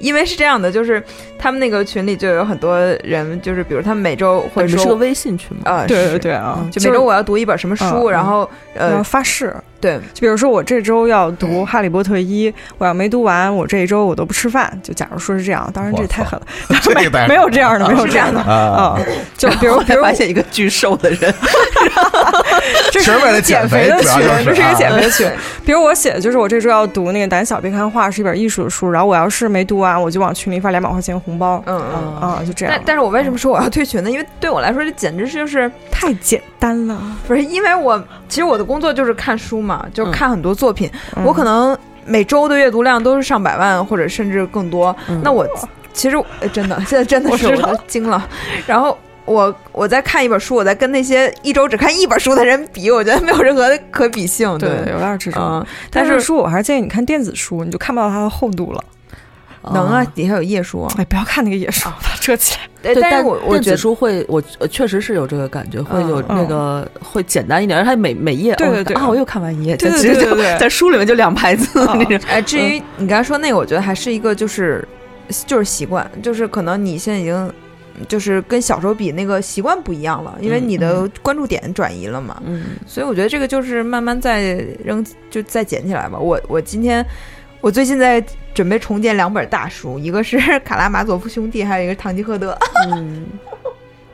S1: 因为是这样的，就是他们那个群里就有很多人，就是比如他们每周会
S2: 呃你们是
S1: 说
S2: 个微信群吗？
S1: 啊，
S4: <laughs> 对
S1: 是
S4: 对对啊，
S1: 就每周我要读一本什么书，
S4: 嗯
S1: 然后
S4: 要
S1: 呃，
S4: 发誓，
S1: 对，
S4: 就比如说我这周要读《哈利波特》一，我要没读完，我这一周我都不吃饭。就假如说是这样，当然这也太狠了，
S1: <laughs>
S3: 这一代
S4: 没有这样的，没有这样的。
S3: 啊
S4: 啊，，
S2: 哦
S4: 就比如
S2: 后
S4: 比
S2: 来
S4: 如
S2: 发现一个巨瘦的
S1: <laughs>
S2: 人，
S4: 这
S3: 其
S4: 是
S3: 实
S4: 一
S3: 为了
S4: 个减
S3: 肥，
S4: 的
S3: 主要
S4: 群，
S3: 就
S4: 这是一
S3: 啊
S4: 个减肥的群。比如我写的就是我这周要读那个《胆小别看画》，是一本艺术的书，然后我要是没读完，我就往群里发两百块钱红包。
S2: <laughs>
S1: 嗯嗯。
S2: 啊
S4: 啊，就这样
S1: 但。但是我为什么说我要退群呢？因为对我来说，这简直是就是
S4: 太简单了，
S1: 不是因为我其实我的工作就是看书嘛，就
S2: 嗯
S1: 看很多作品，
S4: 嗯
S1: 我可能每周的阅读量都是上百万或者甚至更多。
S2: 嗯
S1: 那我其实呃真的 <laughs> 现在真的
S4: 我
S1: 是
S4: 知
S1: 我
S4: 道
S1: 都惊了，然后。我我在看一本书，我在跟那些一周只看一本书的人比，我觉得没有任何的可比性。
S4: 对有点这种。
S1: 嗯，但
S4: 但
S1: 是
S4: 是书我还是建议你看电子书，你就看不到它的厚度了。
S2: 嗯
S1: 能啊，，底下有页书。
S4: 哎，不要看那个野
S2: 哦
S4: 书，把它遮起来。
S1: 哎
S2: 对，
S1: 但是
S2: 但
S1: 我我
S2: 电
S1: 觉
S2: 子
S1: 得
S2: 书会，我呃确实是有这个感觉，会有
S1: 嗯
S2: 那个会简单一点，而且它每每页，
S4: 对
S2: 哦
S4: 对对
S2: 啊，我又看完一页，
S4: 对
S2: 但
S4: 对
S2: 其实
S4: 对
S2: 就
S4: 对对
S2: 在书里面就两排字
S4: 啊
S2: <laughs> 那种，嗯
S1: 哎，至于你刚才说那个，我觉得还是一个就是就是习惯，就是可能你现在已经就是跟小时候比那个习惯不一样了，因为
S2: 嗯
S1: 你的关注点转移了嘛。
S2: 嗯，
S1: 所以我觉得这个就是慢慢再扔，就再捡起来吧。我我今天我最近在准备重建两本大书，一个是《卡拉马佐夫兄弟》，还有一个是《堂吉诃德》。 <laughs>
S2: 嗯，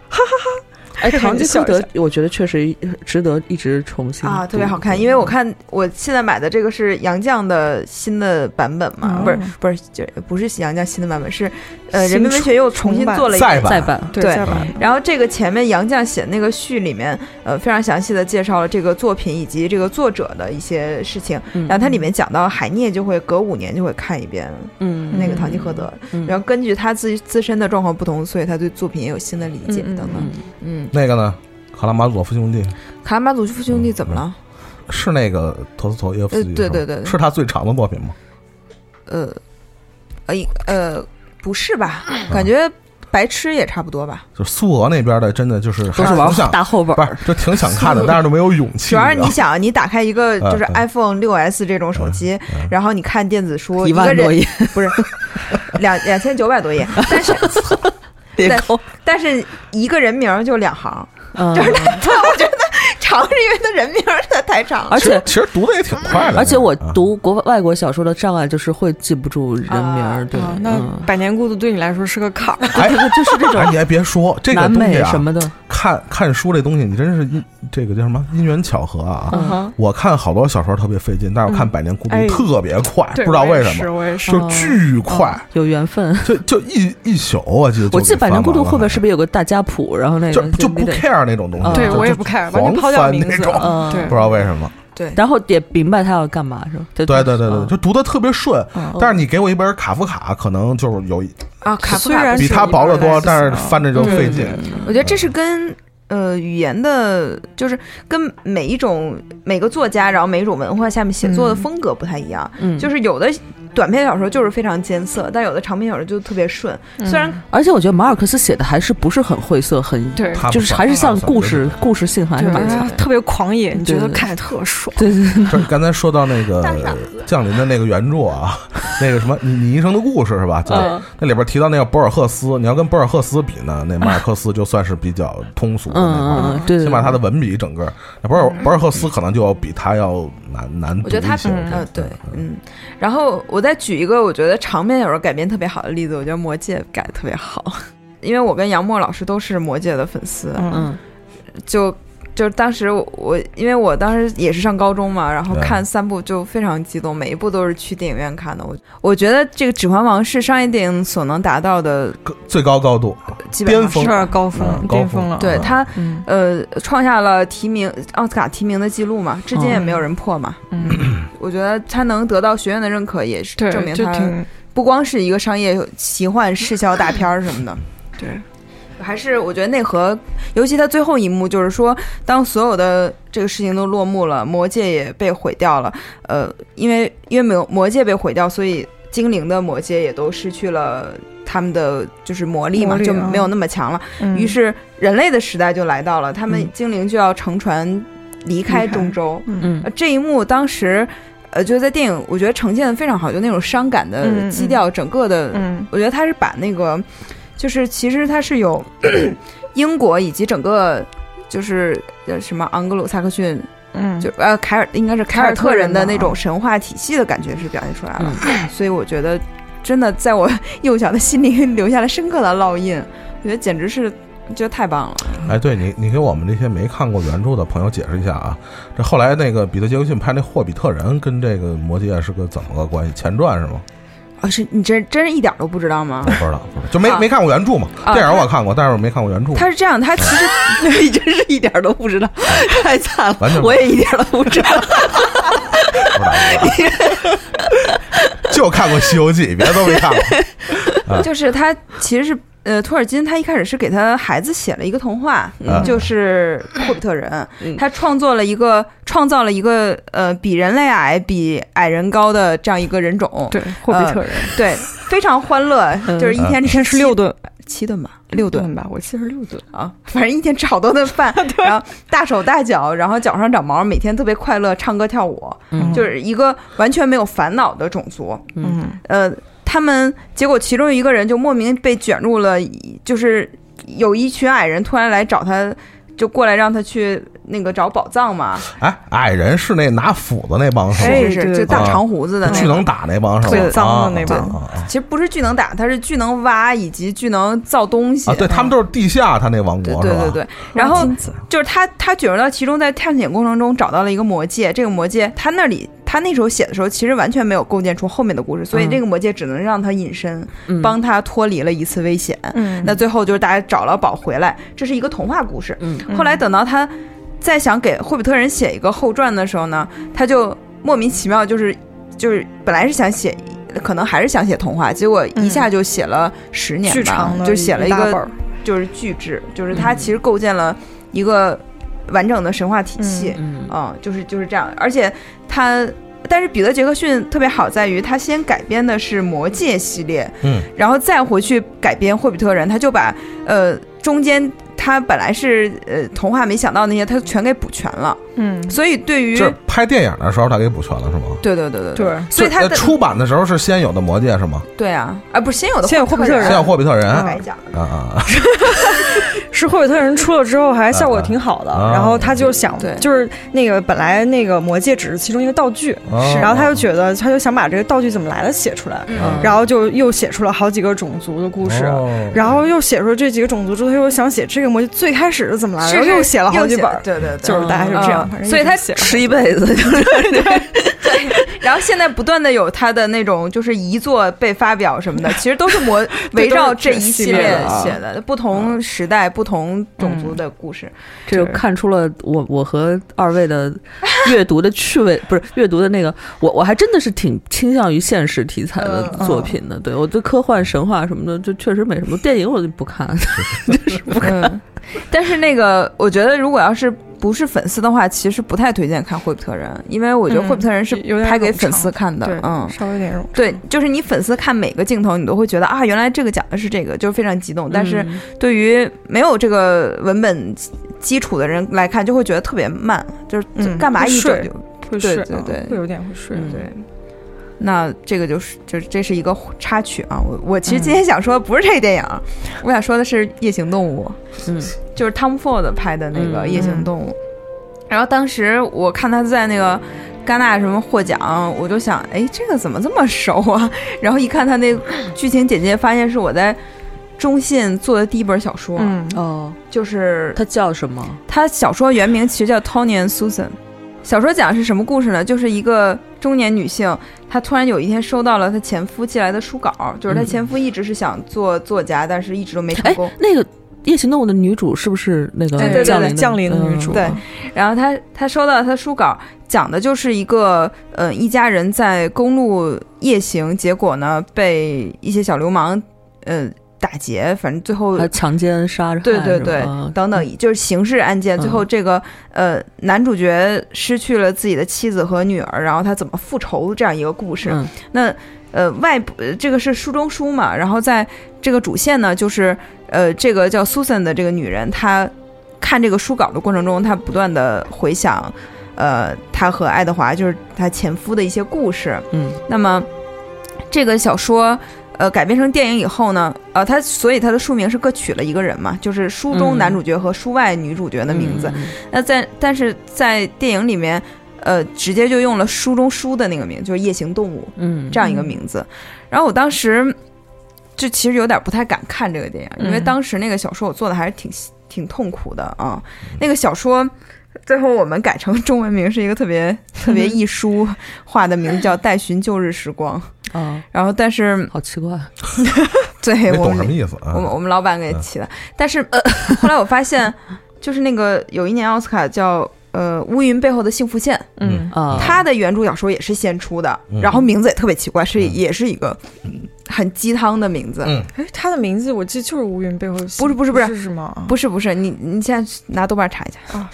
S2: 哈哈哈！哎，《堂吉诃德》我觉得确实呃值得一直重新
S1: 啊，
S2: 读
S1: 特别好看，
S2: 嗯
S1: 因为我看我现在买的这个是杨绛的新的版本嘛，
S4: 哦
S1: 不是不是就不是杨绛新的版本，是呃人
S4: 新
S1: 民文
S4: 出
S1: 学又重新
S4: 重版
S1: 做了一
S3: 再
S1: 版。
S3: 版
S2: 再版，
S4: 对
S1: 对
S4: 再把
S2: 嗯
S4: 它
S1: 然后这个前面杨绛写那个序里面，呃，非常详细的介绍了这个作品以及这个作者的一些事情。
S2: 嗯
S1: 然后它里面讲到海涅就会隔五年就会看一遍
S2: 嗯
S1: 那个《堂吉诃德》
S2: 嗯
S1: 然后根据他自己自身的状况不同，所以他对作品也有新的理解
S4: 嗯
S1: 等
S4: 嗯
S1: 等。
S2: 嗯
S1: 嗯，
S3: 那个呢？卡拉马佐夫兄弟
S1: 卡拉马佐夫兄弟怎么了？
S3: 是那个陀思妥耶夫斯基
S1: 呃对
S3: 是吧
S1: 对对对
S3: 是他最长的作品吗？
S1: 呃，呃呃，不是吧？感觉白痴也差不多吧。
S3: 就苏俄那边的，真的就是
S2: 都是
S3: 还挺
S2: 玩
S3: 想，
S2: 大厚本
S3: 不，是就挺想看
S2: <laughs>
S3: 的，但是都没有勇气。
S1: 主要是
S2: 啊
S3: 知
S1: 你想，你打开一个
S3: 嗯
S1: 就是
S3: 嗯
S1: iPhone 六 S 这种手机，然后你看电子书，
S2: 啊一
S1: 个
S2: 万 <laughs>
S1: 人
S2: 多页
S1: 不是两两千九百多页，但是
S2: 也 <laughs> 够，
S1: 但是一个人名儿就两行，
S2: 嗯
S1: 就是他， <laughs> 我觉得长是因为他人名儿实在太长了
S2: 而
S3: 道吗其实
S2: 且。
S3: 其实读的也挺快的，
S2: 而且我
S3: 啊
S2: 读国外国小说的障碍就是会记不住人名儿，
S1: 啊
S2: 对，
S4: 啊，那
S2: 嗯
S4: 《百年孤独》对你来说是个坎儿。
S3: 哎
S2: 这个 <laughs> 就是这
S3: 哎，
S2: 种
S3: 你还别说这个
S2: 南
S3: 东西
S2: 美
S3: 啊
S2: 什，么的，
S3: 看看书这东西，你真是因这个叫什么因缘巧合啊。
S2: 嗯
S4: 哼，
S3: 我看好多小说特别费劲，但是我看《百年孤独
S4: 哎》
S3: 特别快，不
S4: 对
S3: 知道为什
S4: 我也是，
S3: 么，
S4: 我也是。嗯
S3: 就巨快，
S2: 有缘分。
S3: 就就一一宿，我记得就
S2: 我记得《
S3: 给
S2: 百年
S3: 翻
S2: 孤独》
S3: 完了
S2: 会不会是不是有个大家谱？然后那
S3: 就
S2: 个
S3: 就
S2: 你
S3: 不
S2: 得，
S3: care 那种东西，
S2: 啊
S4: 嗯对
S3: 就
S4: 我也
S3: 就
S4: 不 care，完
S3: 狂
S4: 全抛掉
S3: 翻
S4: 名
S3: 那
S4: 字。
S3: 种
S4: 嗯对
S3: 不知道为什么。
S2: 然后也明白他要干嘛是吧？对嗯
S3: 对对对对，就读的特别顺。
S4: 嗯
S3: 但是你给我一本卡夫卡，可能就是有
S1: 啊。卡夫
S4: 虽
S1: 卡
S4: 然
S3: 比它薄得多，但是
S4: 嗯
S3: 翻着就费劲。
S1: 我觉得这是跟呃语言的，就是跟每一种每个作家，然后每一种文化下面写作的风格不太一样。
S2: 嗯，
S1: 就是有的短篇小说就是非常艰涩，但有的长篇小说就特别顺。虽然
S2: 嗯而且我觉得马尔克斯写的还是不是很晦涩，很
S4: 对
S3: 他
S2: 就是还是像故事故事性还是
S4: 对，
S2: 蛮
S4: 而且
S2: 强
S4: 它
S2: 的。
S4: 特别狂野，你觉得
S2: 对
S4: 看着特爽。
S2: 啊对对对，
S3: 这刚才说到那个降临的那个原著啊，那个什么你你一生的故事是吧？叫
S4: 嗯
S3: 那里边提到那个博尔赫斯，你要跟博尔赫斯比呢，那马
S1: 啊
S3: 尔克斯就算是比较通俗的那块
S2: 嗯
S3: 儿
S2: 嗯嗯，对对，
S3: 起码他的文笔整个，那博尔博尔赫斯可能就要比他要难难读
S1: 嗯我
S3: 一
S1: 觉
S3: 些。
S1: 得他呃
S3: 我觉得
S1: 对嗯，然后我再举一个我觉得长篇小说改编特别好的例子，我觉得《魔戒》改的特别好， <laughs> 因为我跟杨沫老师都是《魔戒》的粉丝，
S4: 嗯
S2: 嗯
S1: 就就是当时我我因为我当时也是上高中嘛，然后
S3: 对
S1: 看三部就非常激动，每一部都是去电影院看的。我我觉得这个《指环王》是商业电影所能达到的
S3: 更最高高度，啊
S1: 基本上
S3: 巅峰
S4: 是
S1: 是
S4: 高
S3: 嗯
S4: 峰，
S3: 高
S4: 巅
S3: 峰
S4: 峰了。
S1: 对
S3: 嗯
S1: 他
S4: 嗯
S1: 呃创下了提名奥斯卡提名的记录嘛，至今也没有人破嘛。
S4: 嗯，
S1: 我觉得他能得到学院的认可，也是
S4: 对，
S1: 证明
S4: 就
S1: 他
S4: 挺
S1: 不光是一个商业奇幻视效大片儿什么的。
S4: <laughs> 对。
S1: 还是我觉得内核，尤其他最后一幕，就是说，当所有的这个事情都落幕了，魔界也被毁掉了。呃，因为因为没有魔界被毁掉，所以精灵的魔界也都失去了他们的就是魔力嘛，
S4: 魔力
S1: 就
S4: 啊
S1: 没有那么强了。
S4: 嗯
S1: 于是人类的时代就来到了，他们
S2: 嗯
S1: 精灵就要乘船离开中州。
S2: 嗯
S1: 呃，这一幕当时，呃，就在电影，我觉得呈现的非常好，就那种伤感的
S4: 嗯嗯
S1: 基调，整个的，
S4: 嗯
S1: 我觉得他是把那个，就是其实他是有 <coughs> 英国以及整个就是呃什么昂格鲁萨克逊，
S4: 嗯，
S1: 就呃凯尔应该是凯尔特人的
S4: 凯尔特人的
S1: 那种神话体系的感觉是表现出来了， <clears throat> 所以我觉得真的在我 <laughs> 幼小的心灵 <laughs> 留下了深刻的烙印，我觉得简直是。觉得太棒了，
S3: 哎，对你，你给我们这些没看过原著的朋友解释一下啊，这后来那个彼得杰克逊拍那《霍比特人》跟这个魔戒是个怎么个关系？前传是吗？
S1: 啊、是你真真是一点儿都不知道吗
S3: 不？知道，不知道就没
S1: 啊
S3: 没看过原著嘛。
S1: 啊
S3: 电影我看过，但是我没看过原著。
S1: 他是这样，他其实
S2: <laughs> 你真是一点儿都不知道，太惨了
S3: 完全不
S2: 我也一点儿都不知道。
S3: 不知道 <laughs> 就看过《西游记》，别的都没看过。
S1: 就是他其实是呃，托尔金他一开始是给他孩子写了一个童话，
S3: 嗯
S1: 就是 <coughs> 《霍比特人》
S2: 嗯
S1: 他创作了一个创造了一个呃比人类矮、比矮人高的这样一个人种，
S4: 对，霍比特人
S1: 对，非常欢乐，
S2: 嗯
S1: 就是一天
S3: 嗯
S1: 一
S4: 一天吃六顿，
S1: 七顿吧，六顿
S4: 嗯吧，我记得是六顿。
S1: 啊，反正一天吃好多顿
S3: <laughs>
S1: 饭，然后大手大脚，然后脚上长毛，每天特别快乐，唱歌跳舞，
S2: 嗯
S1: 就是一个完全没有烦恼的种族，
S4: 嗯
S1: 呃，他们结果其中一个人就莫名被卷入了一，就是有一群矮人突然来找他，就过来让他去那个找宝藏嘛，
S3: 哎，矮人是那拿斧子那帮是
S4: 哎
S3: 吗？
S1: 是是，
S4: 对
S1: 就大
S3: 啊
S1: 长胡子的那
S3: 巨
S1: 个。
S3: 能打那帮是吗？
S4: 对脏的那帮
S3: 啊啊啊
S1: 其实不是巨能打，他是巨能挖以及巨能造东西。
S3: 啊！对他们都是地下，他那王
S1: 对
S3: 国是
S1: 对
S3: 吧？
S1: 对对，然后
S4: 金子
S1: 就是他，他卷入到其中，在探险过程中找到了一个魔戒。这个魔戒，他那里他那时候写的时候，其实完全没有构建出后面的故事，所以
S2: 嗯
S1: 这个魔戒只能让他隐身，帮他脱离了一次危险。
S4: 嗯
S1: 那最后就是大家找了宝回来，这是一个童话故事。
S2: 嗯
S1: 后来等到他再想给霍比特人写一个后传的时候呢，他就莫名其妙就是就是本来是想写，可能还是想写童话，结果一下就写了十年
S4: 嗯巨
S1: 吧
S4: 长，的
S1: 就写了一
S4: 大本
S1: 个
S4: 儿
S1: 就是巨制，就是
S4: 嗯
S1: 他其实构建了一个完整的神话体系。
S2: 嗯
S1: 嗯，就是就是这样，而且他。但是彼得·杰克逊特别好在于，他先改编的是《魔戒》系列，
S3: 嗯，
S1: 然后再回去改编《霍比特人》，他就把呃中间他本来是呃童话没想到那些，他全给补全了。
S4: 嗯，
S1: 所以对于
S3: 就是拍电影的时候他给补全了是吗？
S1: 对对对对，
S4: 对，
S1: 所以他
S3: 呃
S1: 的
S3: 出版的时候是先有的魔戒是吗？
S1: 对啊啊不是先有的
S4: 先有霍比特人
S3: 先有霍比特人
S4: 嗯
S3: 啊
S1: 白讲的
S3: 啊啊！
S4: 是霍比特人出了之后还效果挺好的，
S3: 啊
S4: 然后他就想
S1: 对，
S4: 就是那个本来那个魔戒只是其中一个道具，
S3: 啊
S4: 然后他就觉得他就想把这个道具怎么来的写出来，
S3: 啊
S4: 然后就又写出了好几个种族的故事。
S3: 哦
S4: 然后又写出这几个种族之后，他又想写这个魔戒最开始是怎么来的，然后又写了好几本儿，
S1: 对对对，
S4: 就是大家就这样
S1: 嗯，
S4: 反正
S1: 所以
S4: 一直
S1: 他
S4: 写了
S2: 吃一辈子，
S1: 然后现在不断的有他的那种就是遗作被发表什么 <laughs> 的，其实都是魔围绕这一系列写的，啊不同时代、不同种族的故事。
S2: 这就看出了我我和二位 <laughs> 的阅读的趣味，不是阅读的那个，我我还真的是挺倾向于现实题材的
S1: 嗯
S2: 作品的。对我对科幻、神话什么的，就确实没什么。电影我就不看，
S1: 嗯， <laughs> 但是那个，我觉得如果要是不是粉丝的话，其实不太推荐看《霍比特人》，因为我觉得《
S4: 嗯
S1: 霍比特人》是
S4: 有点
S1: 拍给
S4: 冗长
S1: 粉丝看的
S4: 对，，
S1: 嗯。
S4: 稍微有点冗长
S1: 对，就是你粉丝看每个镜头，你都会觉得啊，原来这个讲的是这个，就是非常激动。但是
S2: 嗯
S1: 对于没有这个文本基础的人来看，就会觉得特别慢，就是
S4: 嗯
S1: 干嘛
S4: 会
S1: 一整
S4: 睡
S1: 就
S4: 会
S1: 对
S4: 睡，
S1: 对
S4: 嗯
S1: 对
S4: 会有点会睡。
S2: 嗯
S1: 对，那这个就是就是这是一个插曲啊。我我其实今天想说的不是这个电影，我想说的是《夜行动物》，
S2: 嗯，
S1: 就是 Tom Ford 拍的那个《
S2: 嗯
S1: 夜行动物》然后当时我看他在那个戛纳什么获奖，我就想，哎，这个怎么这么熟啊？ <laughs> 然后一看他那剧情简介，发现是我在中信做的第一本小说，
S4: 嗯，
S2: 哦，
S1: 就是
S2: 它叫什么？
S1: 他小说原名其实叫 Tony and Susan。小说讲的是什么故事呢？就是一个中年女性，她突然有一天收到了她前夫寄来的书稿，就是她
S2: 嗯
S1: 前夫一直是想做作家，但是一直都没成
S2: 哎
S1: 功。，
S2: 那个《夜行动物》的女主是不是那个
S1: 对对对
S2: 降临
S4: 对
S2: 的
S4: 降临的
S2: 嗯
S4: 女主
S1: 对然后她她收到了她的书稿，讲的就是一个呃一家人在公路夜行，结果呢被一些小流氓呃打劫，反正最后
S2: 还强奸、杀人，
S1: 对对对
S2: 啊
S1: 等等，就是刑事案件。
S2: 嗯
S1: 最后这个呃，男主角失去了自己的妻子和女儿，然后他怎么复仇这样一个故事。
S2: 嗯
S1: 那呃，外部呃这个是书中书嘛，然后在这个主线呢，就是呃，这个叫 Susan 的这个女人，她看这个书稿的过程中，他不断的回想，呃，他和爱德华就是他前夫的一些故事。
S2: 嗯，
S1: 那么这个小说。呃，改编成电影以后呢，呃，他所以他的书名是各取了一个人嘛，就是书中
S2: 嗯
S1: 男主角和书外女主角的名字。
S2: 嗯
S1: 那在但是在电影里面，呃，直接就用了书中书的那个名，就是夜行动物
S2: 嗯，
S1: 这样一个名字。然后我当时就其实有点不太敢看这个电影，因为
S2: 嗯
S1: 当时那个小说我做的还是挺挺痛苦的啊。那个小说最后我们改成中文名是一个特别特别易书化的名字，叫《待寻旧日时光》。
S2: 啊，
S1: 然后但是
S2: 好奇怪，
S1: 对
S3: 没
S1: 我
S3: 懂
S1: 们
S3: 什么意思啊嗯
S1: 我？们我们老板给起的。但是、呃、后来我发现，就是那个有一年奥斯卡叫呃《乌云背后的幸福线》，
S3: 嗯
S2: 啊，
S1: 它的原著小说也是先出的，
S3: 嗯
S1: 然后名字也特别奇怪，是、
S3: 嗯
S1: 也是一个很鸡汤的名字。
S3: 嗯
S4: 哎，他的名字我记得就是乌云背后的星
S1: 不是不是不是
S4: 是啊吗？
S1: <laughs> 不是不是，你你现在拿豆瓣查一下
S4: 啊，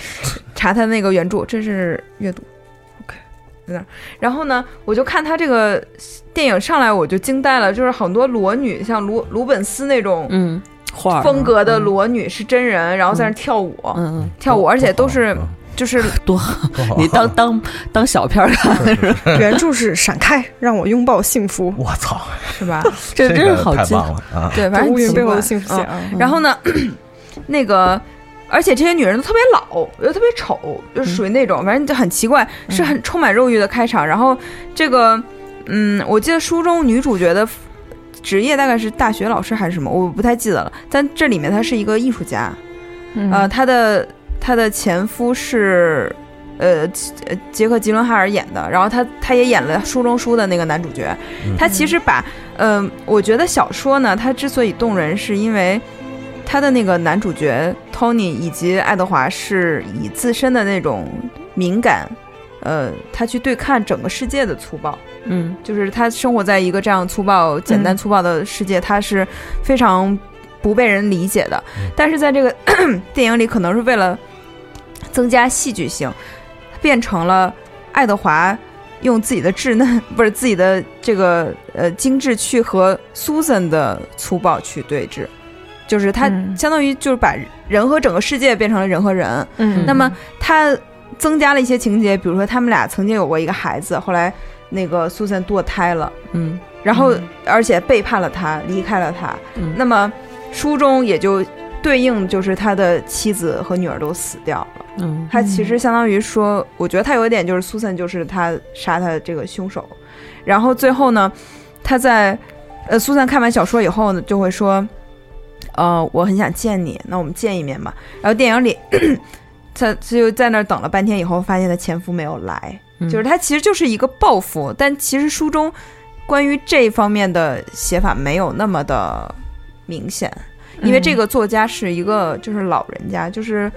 S1: 查他那个原著，这是阅读。
S4: OK
S1: 在那儿。然后呢，我就看他这个电影上来，我就惊呆了，就是很多裸女，像卢卢本斯那种
S2: 嗯画儿
S1: 风格的
S2: 嗯
S1: 裸女是真人，然后在那儿跳舞，
S2: 嗯嗯，
S1: 跳舞，而且都是
S3: 嗯
S4: <laughs>
S1: 就是
S3: 多好。
S2: 你当当当小片儿看，
S4: 原著是闪开，让我拥抱幸福 <laughs>
S3: 嗯我操，
S1: 是吧？
S2: 这
S3: 个
S2: 真是好
S3: 太
S2: 劲
S3: 棒了
S1: <laughs>
S3: 啊！
S1: 对，反正
S4: 乌云
S1: 奇
S4: 背后
S1: 怪
S4: 的幸福
S1: 嗯
S4: 线啊，
S1: 然后呢， <clears throat> 那个，而且这些女人都特别老，又特别丑，就是属于那种，反正就很奇怪，是很充满肉欲的开场。然后这个，嗯，我记得书中女主角的职业大概是大学老师还是什么，我不太记得了。但这里面她是一个艺术家，
S4: 嗯
S1: 呃，她的她的前夫是。呃，呃杰克·吉伦哈尔演的，然后她她也演了书中书的那个男主角，
S3: 嗯
S1: 他其实把，嗯、我觉得小说呢，它之所以动人，是因为他的那个男主角 Tony 以及爱德华是以自身的那种敏感，呃，他去对抗整个世界的粗暴，
S2: 嗯
S1: 就是他生活在一个这样粗暴、简单粗暴的世界，他是非常不被人理解的
S3: 嗯。
S1: 但是在这个 <clears throat> 电影里，可能是为了增加戏剧性，变成了爱德华用自己的稚嫩，不是自己的这个呃精致去和 Susan 的粗暴去对峙，就是他
S4: 嗯
S1: 相当于就是把人和整个世界变成了人和人。
S4: 嗯
S1: 那么他增加了一些情节，比如说他们俩曾经有过一个孩子，后来那个 Susan 堕胎了，
S2: 嗯
S1: 然后
S4: 嗯
S1: 而且背叛了他，离开了他。
S2: 嗯，
S1: 那么书中也就对应就是他的妻子和女儿都死掉了。
S2: 嗯
S1: 他其实相当于说，我觉得他有一点就是 Susan 就是他杀他的这个凶手。然后最后呢，他在呃 Susan 看完小说以后呢，就会说，呃，我很想见你，那我们见一面吧。然后电影里。 <laughs> 他他就在那儿等了半天，以后发现她前夫没有来，
S2: 嗯
S1: 就是他其实就是一个报复，但其实书中关于这方面的写法没有那么的明显，因
S2: 嗯
S1: 为这个作家是一个就是老人家，就是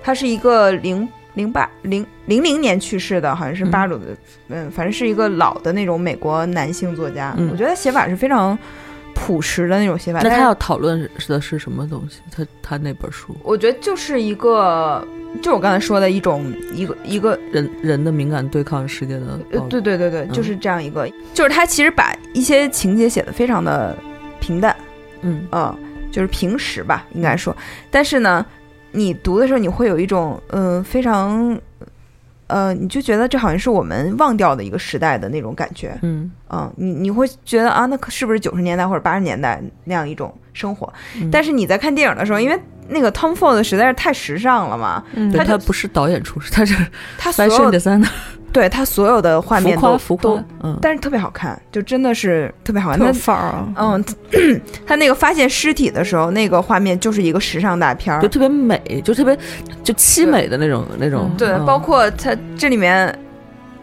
S1: 他是一个零零八零零零年去世的，好像是
S2: 嗯
S1: 八鲁的，嗯，反正是一个老的那种美国男性作家。
S2: 嗯
S1: 我觉得写法是非常朴实的那种写法。
S2: 那他
S1: 但是
S2: 要讨论的是什么东西？他他那本书，
S1: 我觉得就是一个，就是我刚才说的一种一个一个
S2: 人人的敏感对抗世界的
S1: 呃
S2: 暴，力
S1: 对对对对，
S2: 嗯
S1: 就是这样一个，就是他其实把一些情节写的非常的平淡，
S2: 嗯
S1: 嗯，就是平时吧，应该说。但是呢，你读的时候，你会有一种嗯、呃非常呃，你就觉得这好像是我们忘掉的一个时代的那种感觉，
S2: 嗯
S1: 嗯，你你会觉得啊，那可是不是九十年代或者八十年代那样一种生活？
S2: 嗯
S1: 但是你在看电影的时候，因为那个 Tom Ford 实在是太时尚了嘛，
S4: 嗯
S2: 对
S1: 他就
S2: 他不是导演出身，他是
S1: 他所
S2: fashion
S1: 有
S2: designer，
S1: 对他所有的画面
S2: 浮
S1: 都
S2: 夸浮
S1: 都
S2: 夸，，嗯，
S1: 但是特别好看，就真的是特别好看。
S4: 特
S1: 他
S4: 有范儿啊，
S1: 嗯， <clears throat> 他那个发现尸体的时候，那个画面就是一个时尚大片儿
S2: 就，特别美，就特别就凄美的那种那种，
S1: 对，
S2: 嗯
S1: 包括他这里面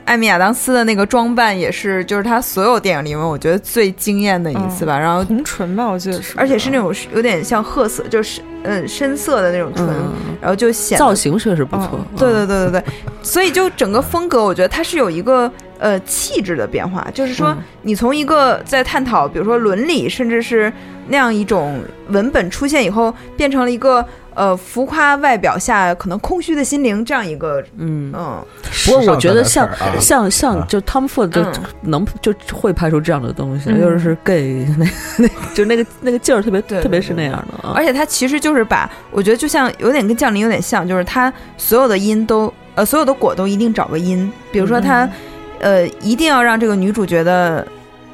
S1: 艾米亚当斯的那个装扮也是，就是他所有电影里面我觉得最惊艳的一
S2: 嗯
S1: 次吧。然后，
S4: 红唇吧，我记得是，
S1: 呃而且是那种有点像褐色，就是嗯深色的那种唇，
S2: 嗯
S1: 然后就显得嗯
S2: 造型确实不错，嗯
S1: 对对对对对，所以就整个风格，我觉得它是有一个呃气质的变化，就是说
S2: 嗯
S1: 你从一个在探讨，比如说伦理，甚至是那样一种文本出现以后，变成了一个呃浮夸外表下可能空虚的心灵这样一个
S2: 嗯，
S1: 嗯
S2: 不过我觉得像
S3: 时尚这件事儿啊
S2: 像像
S3: 啊
S2: 就 Tom Ford 就
S1: 嗯
S2: 能就会拍出这样的东西，
S4: 嗯
S2: 就是 gay 那那就那个那个劲儿特别
S1: 对对
S2: 特别是那样的啊
S1: 而。且它其实就是把，我觉得就像有点跟降临有点像，就是它所有的因都呃所有的果都一定找个因，比如说它、呃一定要让这个女主觉得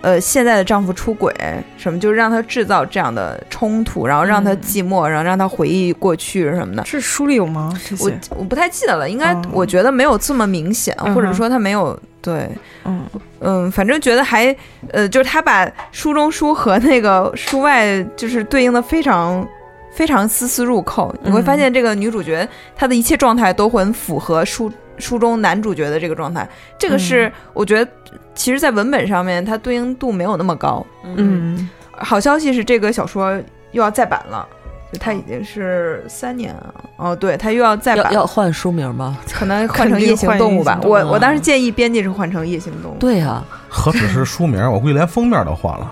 S1: 呃现在的丈夫出轨什么，就是让她制造这样的冲突，然后让她
S4: 嗯
S1: 寂寞，然后让她回忆过去什么的。
S4: 这啊书里有吗？这
S1: 我
S4: 些，
S1: 我不太记得了，应该
S4: 哦
S1: 我觉得没有这么明显，
S4: 嗯哼
S1: 或者说他没有对，
S4: 嗯，
S1: 嗯，反正觉得还呃，就是他把书中书和那个书外就是对应的非常非常丝丝入扣，你会发现这个女主角她的一切状态都很符合书书中男主角的这个状态，这
S4: 嗯
S1: 个是、我觉得其实，在文本上面它对应度没有那么高。
S4: 嗯，
S1: 好消息是，这个小说又要再版了。就
S4: 哦
S1: 它已经是三年了哦，对，它又要再版
S2: 要，要换书名吗？
S1: 可能换成夜行动物吧。
S4: 肯定换夜行动
S1: 我
S4: 物
S2: 啊
S1: 我当时建议编辑是换成夜行动物，
S2: 对啊呀，
S3: 何止是书名，我估计连封面都换了，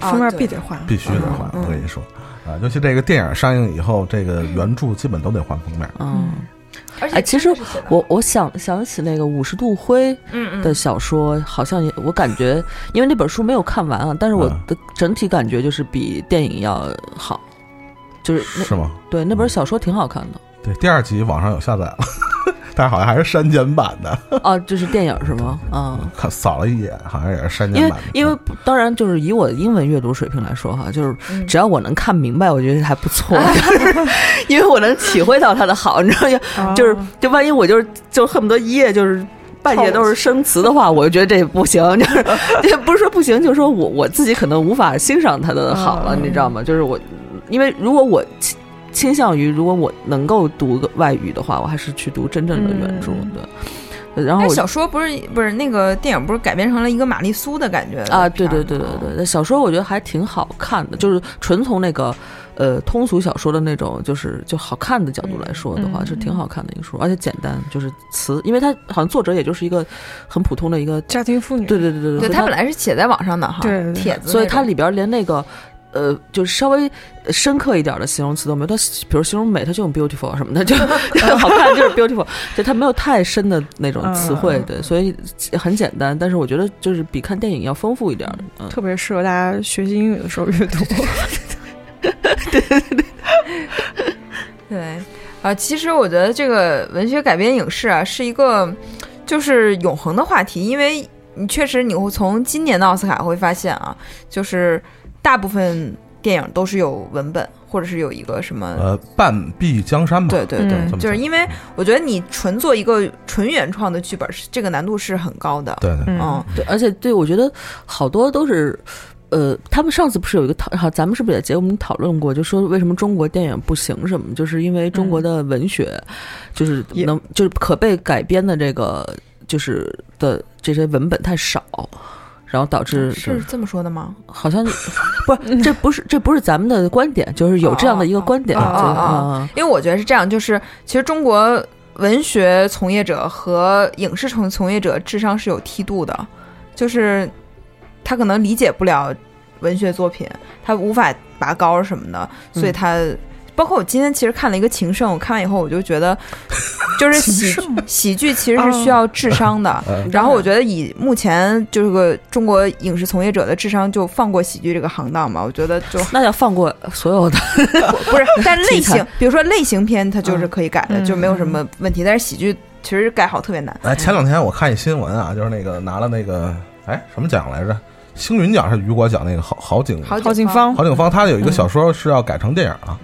S1: 啊
S4: 封面
S1: 对
S4: 必得换，
S3: 必须得换。
S1: 嗯
S3: 我跟你说啊，尤其这个电影上映以后，这个原著基本都得换封面。
S2: 嗯，
S1: 而且
S2: 哎其实
S1: 真的是写得
S2: 我我想想起那个五十度灰
S1: 嗯嗯
S2: 的小说，好像也我感觉，因为那本书没有看完啊，但是我
S3: 嗯
S2: 的整体感觉就是比电影要好，就是那
S3: 是吗？
S2: 对那本小说挺好看 <laughs> 的
S3: 对，第二集网上有下载了， <laughs> 但是好像还是删减版的，
S2: 啊，这是电影是吗？啊，
S3: 看扫了一眼，好像也是删
S2: 因
S3: 减
S2: 为
S3: 版的。
S2: 因为当然就是以我英文阅读水平来说哈，就是
S1: 嗯
S2: 只要我能看明白，我觉得还不错，
S4: 啊
S2: 就是 <laughs> 因为我能体会到它的好，你知道吗？
S4: 哦
S2: 就是就万一我就是就恨不得一页就是。半页都是生词的话，我就觉得这不行，
S4: <laughs>
S2: 就是也不是说不行，就是说我我自己可能无法欣赏它的好了，
S4: 嗯
S2: 你知道吗？就是我，因为如果我倾倾向于如果我能够读个外语的话，我还是去读真正的原著
S4: 嗯
S2: 对，然后
S1: 但
S2: 我
S1: 小说不是不是那个电影不是改编成了一个玛丽苏的感觉
S2: 啊，
S4: 呃
S1: 的
S2: 对
S1: 片儿
S2: 对对对对，那小说我觉得还挺好看的，就是纯从那个呃通俗小说的那种，就是就好看的角度来说的话，
S4: 嗯
S2: 是挺好看的一个书，而且简单，就是词，因为它好像作者也就是一个很普通的一个，
S4: 家庭妇女，
S2: 对对对对
S1: 对，
S2: 所以
S1: 它本来是写在网上的哈，
S4: 对对对
S1: 帖子那种，
S2: 所以它里边连那个。呃，就是稍微深刻一点的形容词都没有。它比如形容美，它就用 beautiful 什么的，
S4: <laughs>
S2: 就就好看就是 beautiful，就 <laughs> 它没有太深的那种词汇
S4: 嗯，
S2: 对，所以很简单。但是我觉得就是比看电影要丰富一点，嗯，
S4: 特别适合大家学习英语的时候阅读。
S1: 对啊，其实我觉得这个文学改编影视啊是一个就是永恒的话题，因为你确实你会从今年的奥斯卡会发现啊，就是大部分电影都是有文本或者是有一个什么
S3: 呃，半壁江山吧，
S1: 对对
S3: 对
S1: 对，
S4: 嗯
S3: 这么
S1: 就是
S3: 讲
S1: 因为我觉得你纯做一个纯原创的剧本是，这个难度是很高的。
S3: 对对，
S1: 嗯，
S2: 对，而且对我觉得好多都是，呃，他们上次不是有一个讨，好，咱们是不是也节目里讨论过，就说为什么中国电影不行什么，就是因为
S1: 嗯
S2: 中国的文学，就是
S4: 也
S2: 能就是可被改编的这个就是的这些文本太少。然后导致
S1: 啊是这么说的吗？
S2: 好像不是，这不是这不是咱们的观点，就是有这样的一个观点
S1: 哦哦哦
S2: 啊
S1: 因为我觉得是这样，就是其实中国文学从业者和影视从从业者智商是有梯度的，就是他可能理解不了文学作品，他无法拔高什么的，所以
S2: 嗯
S1: 他。包括我今天其实看了一个《情圣》，我看完以后我就觉得， <laughs> 就是喜剧
S4: <laughs>
S1: 喜剧其实是需要智商的，
S3: 呃，
S1: 然后我觉得以目前就是个中国影视从业者的智商，就放过喜剧这个行当嘛，我觉得就
S2: 啊那要放过所有的，
S1: 不不是，但类
S2: 题
S1: 型
S2: 材，
S1: 比如说类型片，它就是可以改的，
S4: 嗯
S1: 就没有什么问题。但是喜剧其实改好特别难。
S3: 哎，前两天我看一新闻啊，就是那个拿了那个哎什么奖来着，星云奖还是雨果奖那个好嗯好景
S4: 郝景
S1: 芳，
S4: 芳，
S3: 郝景芳，他
S1: 嗯
S3: 有一个小说是要改成电影啊，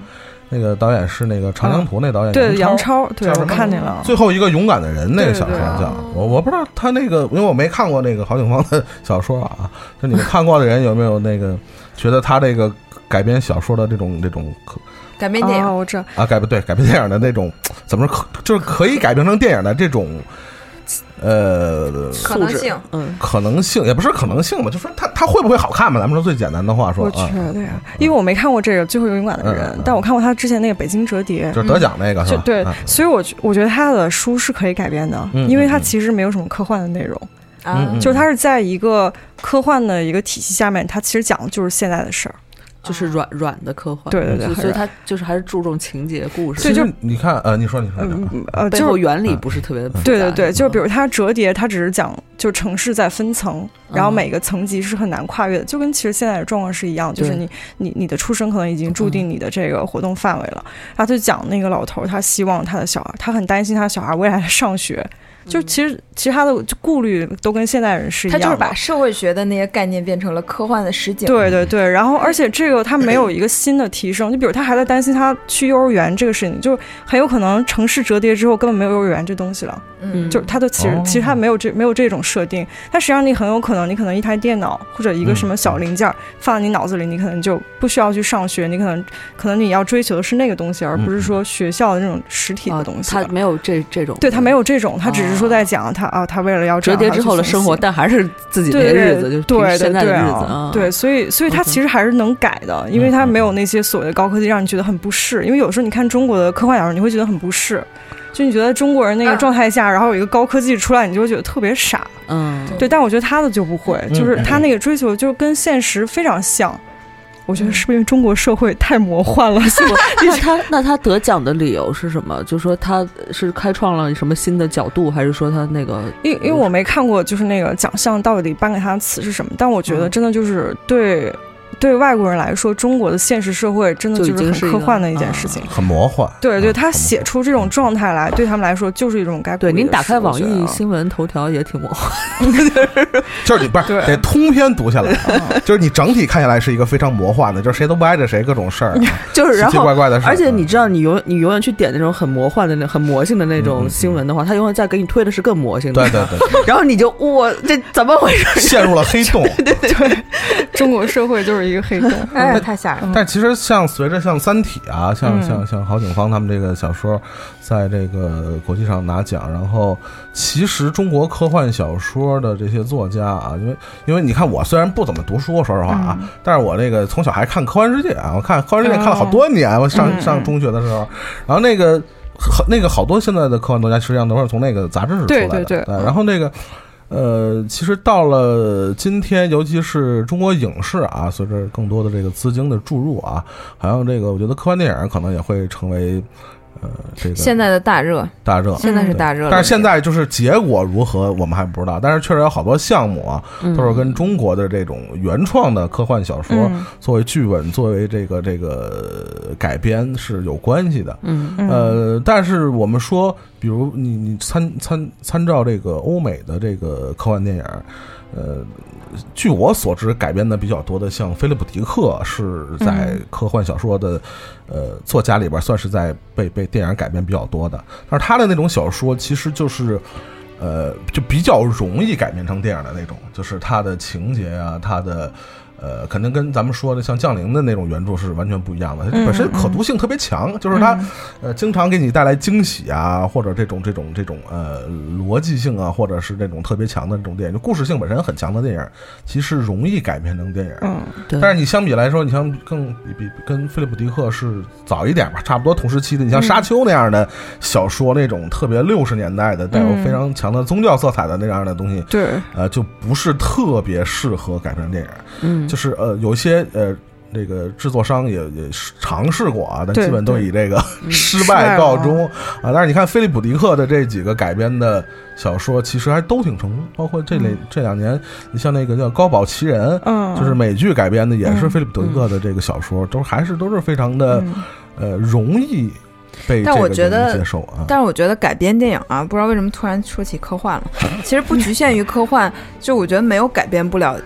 S3: 那个导演是那个《长江图》那导演
S4: 对杨
S3: 杨。
S4: 超，对
S3: 叫什
S4: 我
S3: 么
S4: 看见了，
S3: 最后一个勇敢的人那个
S4: 对
S3: 小说
S4: 对
S1: 啊
S3: 叫我我不知道他那个，因为我没看过那个郝景芳的 <laughs> 小说啊。就你们看过的人有没有那个觉得他这个改编小说的这种这种可
S1: 改编电
S4: 哦
S1: 影，
S4: 我知道，
S3: 啊改不对改编电影的那种怎么说可就是可以改编成电影的这种呃
S1: 可能性
S2: 素质，嗯，
S3: 可能性也不是可能性吧，就说他他会不会好看嘛？咱们说最简单的话说
S4: 我
S3: 啊
S4: 觉，得呀，因为我没看过这个《最后一个勇敢的
S3: 嗯
S4: 人
S3: 嗯嗯》，
S4: 但我看过他之前那个《北京折叠》，
S3: 就是得奖那个是
S4: 就
S3: 吧？
S4: 对
S3: 啊，
S4: 所以我觉我觉得他的书是可以改编的，
S3: 嗯
S4: 因为
S3: 嗯
S4: 他
S3: 嗯
S4: 其实没有什么科幻的内容，
S1: 啊
S3: 嗯嗯
S4: 就是它是在一个科幻的一个体系下面，它其实讲的就是现在的事儿。
S2: 就是
S1: 哦
S2: 软软的科幻，
S4: 对对对
S2: 就
S4: 很
S2: 所以
S4: 软
S2: 它就是还是注重情节故事，
S4: 对
S3: 其
S4: 就
S3: 实你看，呃，你说你说，
S4: 嗯
S3: 你说
S4: 嗯呃，
S2: 背后
S4: 就是
S2: 原理不是特别复杂
S4: 对对对，
S2: 嗯
S4: 就是比如它折叠，它只是讲就城市在分层，然后
S1: 嗯
S4: 每个层级是很难跨越的，就跟其实现在的状况是一样，就是
S2: 对
S4: 你你你的出生可能已经注
S1: 嗯
S4: 定你的这个活动范围了。然后他就讲那个老头儿，他希望他的小孩，他很担心他的小孩未来上学，就其实其实他的顾虑都跟现代人是一
S1: 嗯他
S4: 样的。
S1: 就是把社会学的那些概念变成了科幻的实景。
S4: 对对对，然后而且这个他没有一个新的提升，就比如他还在担心他去幼儿园这个事情，就很有可能城市折叠之后根本没有幼儿园这东西了，
S1: 嗯，
S4: 就是他的其实、
S3: 哦
S4: 其实他没有这没有这种设定，但实际上你很有可能你可能一台电脑或者一个什么小零件儿放在你脑子里，你可能就不需要去上学，你可能可能你要追求的是那个东西，而不是说学校的那种实体的
S2: 啊
S4: 东，西了。
S2: 它没有这这种，
S4: 对他没有这种，他只是说
S2: 哦
S4: 在讲他啊，他为了要这
S2: 折
S4: 样
S2: 叠
S4: 他
S2: 之
S4: 去
S2: 后的
S4: 学
S2: 生活，
S4: 习
S2: 但还是自己的
S4: 对
S2: 日
S4: 对
S2: 子，就是
S4: 对
S2: 平
S4: 对
S2: 时现在的
S4: 对
S2: 日
S4: 啊
S2: 子啊，
S4: 对，所以所以它
S2: OK 嗯
S4: 其实还是能改的，因为它没有那些所谓的高科技让你觉得很不适。因为有时候你看中国的科幻小说，你会觉得很不适，就你觉得中国人那个
S1: 啊
S4: 状态下，然后有一个高科技出来，你就会觉得特别傻。
S2: 嗯，
S1: 对
S4: 对，但我觉得他的就不会，就是
S3: 嗯
S4: 他那个追求就跟现实非常像。我觉得是不是因为中国社会太魔幻了？所以我
S2: <laughs> 那
S4: <laughs>
S2: 他那他得奖的理由是什么？就说他是开创了什么新的角度，还是说他那个？
S4: 因因为我没看过，就是那个奖项到底颁给他的词是什么，但我觉得
S2: 嗯
S4: 真的就是对、对外国人来说，中国的现实社会真的
S2: 就已
S4: 是
S2: 经是
S4: 很
S2: 一
S4: 科
S2: 个
S4: 幻的一件
S2: 啊
S4: 事情。
S3: 很魔幻。
S4: 对对，
S3: 嗯
S4: 他写出这种状态来，对他们来说就是一种该鼓
S2: 对，
S4: 励的
S2: 您打
S4: 事
S2: 开
S4: 我
S2: 网
S4: 觉
S2: 易
S4: 得
S2: 新闻头条也挺模
S4: <laughs>
S2: 糊。
S3: 就是你不是
S4: 对
S3: 得通篇读下来，啊
S2: <laughs> 哦
S3: 就是你整体看下来是一个非常魔幻的，就是谁都不挨着谁，各种事儿啊，
S2: <laughs> 就是
S3: 奇
S2: 然
S3: 奇
S2: 后
S3: 怪怪的事儿。
S2: 而且你
S3: 嗯
S2: 知道，你永你永远去点那种很魔幻的、那很魔性的那
S3: 嗯嗯
S2: 种
S3: 嗯
S2: 新闻的话，他永远在给你推的是更魔性的。
S3: 对
S2: <laughs>
S3: 对对，
S2: 然后你就哇，这怎么回
S4: <laughs>
S2: 事？ <laughs>
S3: 陷入了黑洞。
S4: 中国社会就是一个 <laughs> 黑洞。
S1: 哎呀，太吓人了。
S3: 但其实像随着像《三体》啊，像
S4: 嗯
S3: 像像郝景芳他们这个小说，在这个国际上拿奖，然后其实中国科幻小说的这些作家啊，因为因为你看我虽然不怎么读书，说实话啊，但是我那个从小还看《科幻世界》啊，我看《科幻世界》看了好多年，我上
S4: 嗯
S3: 上中学的时候，然后那个很那个好多现在的科幻作家，实际上都是从那个杂志出来的。
S4: 对对对
S3: 呃然后那个。呃，其实到了今天，尤其是中国影视啊，随着更多的这个资金的注入啊，好像这个我觉得科幻电影可能也会成为呃这个
S1: 现在的大热，
S3: 大热。
S1: 现在是
S3: 对
S1: 大热了，
S3: 但是现在就是结果如何，我们还不知道。但是确实有好多项目啊，
S2: 嗯
S3: 都是跟中国的这种原创的科幻小说、
S4: 嗯
S3: 作为剧本，作为这个这个呃改编是有关系的。
S2: 嗯
S4: 嗯
S3: 呃，但是我们说，比如你你参参参照这个欧美的这个科幻电影，呃，据我所知，改编的比较多的，像菲利普·迪克是在
S4: 嗯
S3: 科幻小说的、呃作家里边算是在被被电影改编比较多的，但是他的那种小说其实就是。呃，就比较容易改编成电影的那种，就是它的情节啊，它的呃，肯定跟咱们说的像《降临》的那种原著是完全不一样的。它
S4: 嗯
S3: 本身
S4: 嗯
S3: 可读性特别强，就是它呃经常给你带来惊喜啊，或者这种这种这种呃逻辑性啊，或者是这种特别强的这种电影，就故事性本身很强的电影，其实容易改编成电影。
S4: 嗯，
S2: 对，
S3: 但是你相比来说，你像更比比跟菲利普·迪克是早一点吧，差不多同时期的。你像《沙丘》那样的小说，那种特别六十年代的，带有非常强的宗教色彩的那样的东西，
S4: 对，
S3: 呃，就不是特别适合改编成电影。
S2: 嗯
S3: 就是呃，有些呃。这个制作商也也尝试过啊，但
S4: 对
S3: 基本都以这个
S2: 嗯
S3: <laughs> 失
S4: 失败
S3: 败
S4: 了
S3: 告终啊。但是你看菲利普·迪克的这几个改编的小说，其实还都挺成功，包括这类这两年，你像那个叫《高堡奇人》，
S4: 嗯，
S3: 就是美剧改编的，也是
S4: 嗯
S3: 菲利普·德克的这个小说，都还是都是非常的
S4: 嗯
S3: 呃容易被这
S1: 但
S3: 个
S1: 我觉得
S3: 人接受啊。
S1: 但是我觉得改编电影啊，不知道为什么突然说起科幻了。其实不局限于科幻，就我觉得没有改编不了、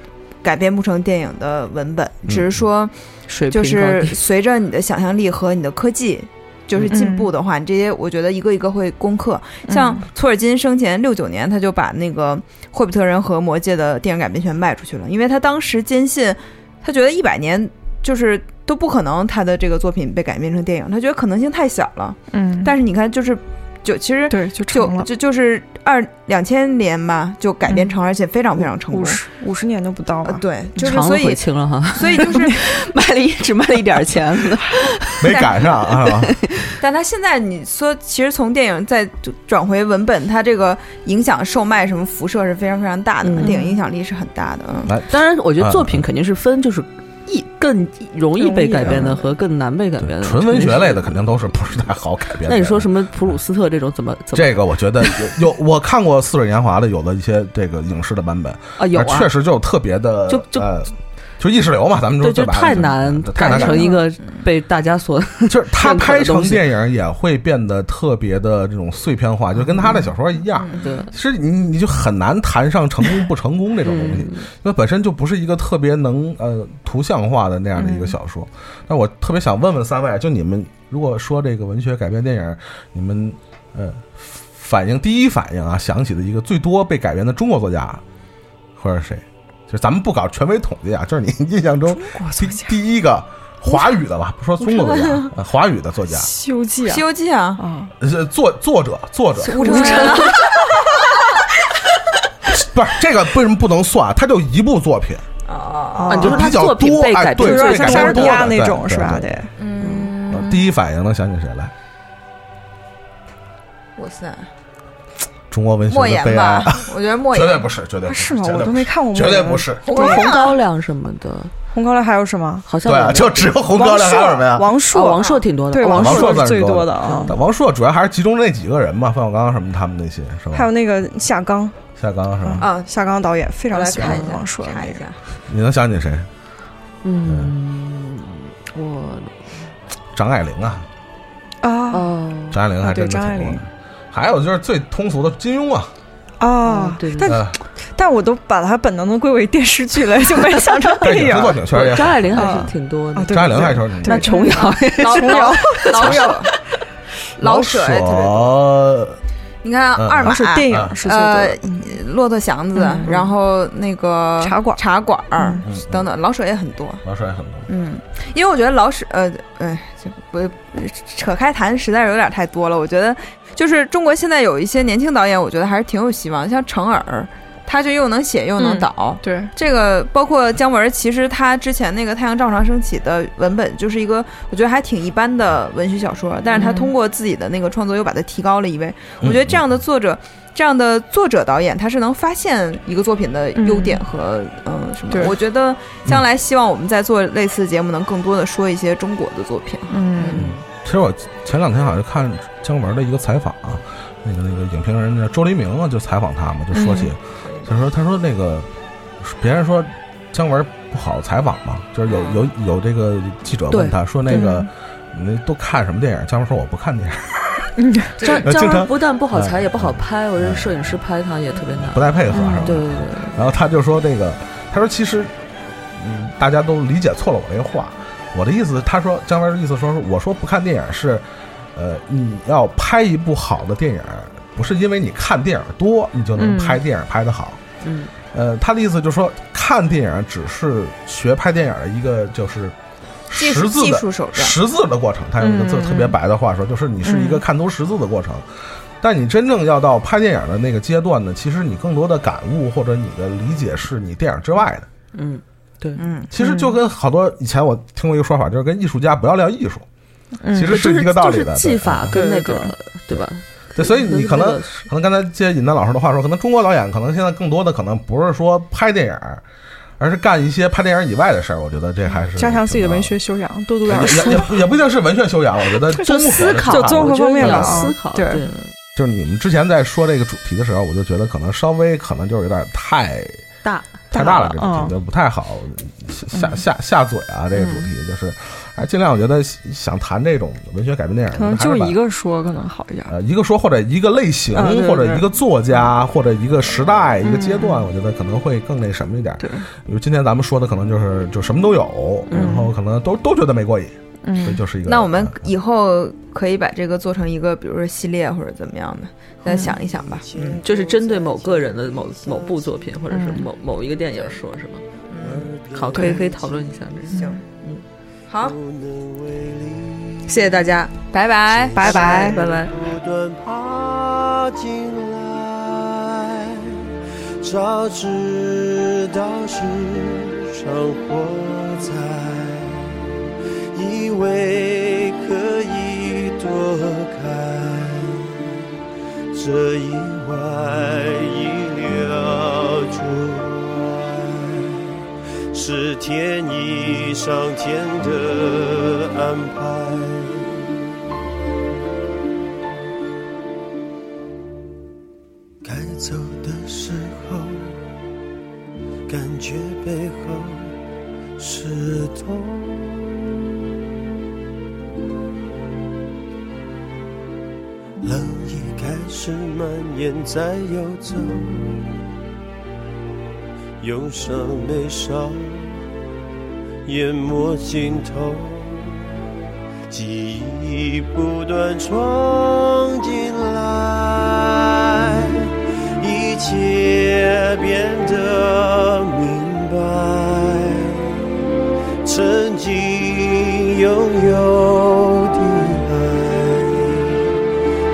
S1: 改编不成电影的文本，只是说
S2: 水平
S1: 就
S2: 高
S1: 是
S2: 低
S1: 随着你的想象力和你的科技。就是进步的话，你这些我觉得一个一个会攻克。像托尔金生前六九年，他就把那个《霍比特人》和《魔戒》的电影改编权卖出去了，因为他当时坚信，他觉得一百年就是都不可能他的这个作品被改编成电影，他觉得可能性太小了。
S4: 嗯，
S1: 但是你看，就是就其实
S4: 对，就
S1: 就
S4: 成了
S1: 就就是二两千年吧，就改编成，而且非常非常成功
S4: 五。十五十年都不到
S1: 呃
S4: 吧？
S1: 对，就是
S2: 肠子
S1: 所
S2: 悔
S1: 以
S2: 青了哈，
S1: 所以就是， <laughs>
S2: 卖了一只卖了一点儿
S3: <laughs>
S2: 钱，
S3: 没赶上啊，
S1: 但他现在你说，其实从电影再转回文本，它这个影响售卖什么辐射是非常非常大的嘛，
S2: 嗯
S1: 电影影响力是很大的。嗯，
S2: 当然，我觉得作
S3: 嗯
S2: 品
S3: 嗯
S2: 肯定是分，就是易更容易被改编
S4: 容易
S2: 的
S4: 的
S2: 和更难被改编的。
S3: 纯文学类的肯
S2: 定。
S3: 定都是不是太好改编的。
S2: 那你说什么普鲁斯特这种怎么怎么
S3: 这个我觉得有，有我看过《似水年华》的有的一些这个影视的版本，
S2: 啊？有啊
S3: 确，实就特别的，
S2: 就就
S3: 呃就意识流嘛，咱们
S2: 对，
S3: 说
S2: 就
S3: 白了
S2: 太
S3: 就是
S2: 难
S3: 太
S2: 改
S3: 难
S2: 成一个被大家所
S3: 就是他
S2: 认可的
S3: 拍成
S2: 东西
S3: 电影也会变得特别的这种碎片化，就跟他的小说一样。
S1: 嗯
S2: 对
S3: 是你你就很难谈上成功不成功这种东西，因为本身就不是一个特别能呃图像化的那样的一个小说。那我特别想问问三位，啊就你们如果说这个文学改编电影，你们呃反应第一反应啊想起的一个最多被改编的中国作家或者谁？就是咱们不搞权威统计啊，就是你印象
S4: <laughs>
S3: 中第 <laughs> 第一个华语的吧，不说中国作家，呃华语的作家， <laughs>
S4: 西游记》
S1: 西游记》啊，
S4: 啊，
S3: 呃作作者作者
S1: 吴承恩
S4: <laughs>
S1: 啊，
S3: 不是这个为什么不能算啊？他就一部作品。
S1: 哦
S2: 啊
S1: 哦
S2: 就
S1: 哦
S2: 是他
S3: 比较
S2: 作品
S3: 多
S2: 被
S3: 哎
S2: 改
S3: 对
S4: 就
S2: 编
S4: 有
S2: 最
S3: 这
S4: 点像
S3: 个改
S4: 莎
S3: 编
S4: 士比
S3: 多
S4: 亚
S3: 了
S4: 那
S3: 对
S4: 种
S3: 对
S4: 是吧？
S3: 对
S4: 得
S1: 嗯，
S3: 第一反应能想起谁来？
S1: 哇塞，
S3: 中国文学
S1: 莫
S3: 的
S1: 言
S3: 悲哀
S1: 吧，，我觉得莫
S3: 绝对
S1: 言
S3: 不是，绝对不
S4: 啊是吗？
S3: 绝
S4: 我
S3: 对
S4: 都
S3: 不
S4: 没
S3: 是
S4: 看过，
S3: 绝对不。是。
S1: 红
S2: 红
S1: 高粱
S2: 高粱什么的，
S4: 红高粱还有什么？
S2: 好像
S3: 对啊，
S2: 也没
S3: 就只有红高粱还有什么呀？
S4: 王
S2: 哦
S4: 朔，
S1: 啊
S2: 王朔挺多的，
S4: 对
S2: 哦
S4: 王
S3: 王朔
S4: 朔
S3: 算
S4: 是最
S3: 多
S4: 多
S3: 的嗯
S4: 的啊。
S3: 但王朔主要还是集中那几个人嘛，冯小刚什么他们那些是
S4: 还
S3: 吧
S4: 有？那个夏刚，
S3: 夏刚是吧？
S1: 啊，
S4: 夏刚导演非
S1: 我
S4: 常
S1: 来
S4: 喜
S1: 看
S4: 欢
S1: 一下，
S4: 王朔的
S1: 查
S4: 那
S1: 一
S4: 个。
S1: 下，
S3: 你能想起谁？
S2: 嗯，我
S3: 张爱玲啊，
S4: 啊
S2: 哦，
S3: 张爱玲还真的
S4: 对张爱
S3: 挺多
S4: 玲
S3: 的。还有就是最通俗的金庸啊，
S1: 嗯
S4: 啊！
S2: 对对
S4: 但
S3: 呃，
S4: 但我都把它本能的归为电视剧了， <laughs> 就没想成
S3: 但
S4: 电
S3: 影
S4: 影
S3: 视作品确实也
S2: 张
S3: 好。
S2: 爱玲还
S4: 啊
S2: 是挺多的
S4: 啊。。对
S3: 张爱玲还是挺
S4: 对
S2: 那琼
S1: 嗯
S2: 瑶啊也是
S1: 老老老舍，老舍哎
S3: 舍
S1: 也特别多。你看
S3: 嗯
S1: 二马
S4: 而啊是电影是最多
S1: 啊呃啊
S4: 的。，
S1: 骆驼祥子，
S4: 嗯
S1: 然后那个
S4: 茶馆
S1: 茶馆儿
S4: 嗯
S3: 嗯
S1: 等等，老舍也很多。
S3: 老舍也很多。
S1: 嗯，因为我觉得老舍，呃，哎，这不扯开谈实在是有点太多了。我觉得就是中国现在有一些年轻导演，我觉得还是挺有希望，像程耳，他就又能写又能
S4: 嗯
S1: 导。
S4: 对，
S1: 这个包括姜文，其实他之前那个《太阳照常升起》的文本就是一个我觉得还挺一般的文学小说，但是他通过自己的那个创作又把它提高了一位。我觉得这
S3: 嗯
S1: 样的作者，这样的作者导演，他是能发现一个作品的优点和嗯、呃什么
S4: 对。
S1: 我觉得将来希望我们在做类似的节目，能更多的说一些中国的作品。
S4: 嗯，
S3: 其实我前两天好像看姜文的一个采访啊，那个那个影评人那周黎明啊，就采访他嘛，就说起，他说他说那个别人说姜文不好采访嘛，就是有有有这个记者问他说那个
S4: 嗯
S3: 你那都看什么电影？姜文说我不看电影，
S4: 嗯
S2: 张
S3: 呃
S2: 张
S3: 经常
S2: 文不但不好裁，
S3: 哎
S2: 也不好拍，我觉得摄影师拍他也特别难
S3: 不。太配合是吧？
S2: 对对对，
S3: 然后他就说这个，他说其实嗯大家都理解错了我这话，我的意思他说姜文的意思说是我说不看电影是，呃你要拍一部好的电影，不是因为你看电影多你就能
S4: 嗯
S3: 拍电影拍得好。
S2: 嗯，
S3: 呃，他的意思就是说，看电影只是学拍电影的一个就是
S1: 技
S3: 识
S1: 术
S3: 字
S1: 技
S3: 的
S1: 术手段，
S3: 识字的过程。他用一个特
S4: 嗯
S3: 特别白的话说，就是你是一个
S4: 嗯
S3: 看图识字的过程。但你真正要到拍电影的那个阶段呢，其实你更多的感悟或者你的理解是你电影之外的。
S2: 嗯，
S1: 嗯，
S3: 其实就跟好多以前我听过一个说法，就是跟艺术家不要聊艺术，
S4: 嗯
S3: 其实
S2: 就是
S3: 一个道理的。
S2: 就是技法
S3: 对
S2: 跟那
S4: 对
S2: 个对吧？
S3: 对，所以你可能
S2: 跟那个是
S3: 可能刚才接尹丹老师的话说，可能中国导演可能现在更多的可能不是说拍电影儿，而是干一些拍电影以外的事儿。我觉得这还是
S4: 加强自己的文，学修养，多读点
S3: 也
S4: 书
S3: 也。也也不一定是文学修养。我觉得综
S2: 就
S3: 合的
S2: 思考，
S4: <laughs> 就综合
S2: 我觉得
S4: 方面
S2: 也要
S4: 吧
S2: 思考。
S4: 对
S2: 对，
S3: 就是你们之前在说这个主题的时候，我就觉得可能稍微可能就是有点太
S2: 大
S3: 太大了，这个
S4: 嗯
S3: 主题就不太好下下下嘴啊。这个主题就是，哎，尽量我觉得想谈这种文学改编电影，
S4: 可能
S3: 还是
S4: 就
S3: 把
S4: 一个说可能好一点。
S3: 呃，一个说或者一个类型，
S4: 啊对
S3: 或者
S4: 对嗯
S3: 一个作家，或者一个时代、一个阶段，我觉得可能会更那什么一点。
S4: 对，
S3: 因为今天咱们说的可能就是就什么都有，然后可能都都觉得没过瘾，所以
S4: 嗯，
S3: 就是一个。
S1: 那我们
S3: 嗯
S1: 以后可以把这个做成一个，比如说系列或者怎么样的，再想一想吧。嗯，
S2: 就是针对某个人的某某部作品，或者是
S1: 嗯
S2: 某某一个电影说，是吗？
S1: 嗯
S2: 好，可以可以讨论一下这个。
S1: 行，
S2: 嗯，
S1: 好，
S2: 谢谢大家，
S1: 拜拜，
S4: 拜拜
S2: 拜拜。
S5: 不断爬进来，早知道是场火灾，以为可以躲开这意外，意料之外，是天意上天的安排。该走的时候，感觉背后是痛。冷意开始蔓延在游走，忧伤悲伤淹没尽头，记忆不断闯进来。一切变得明白，曾经拥有的爱，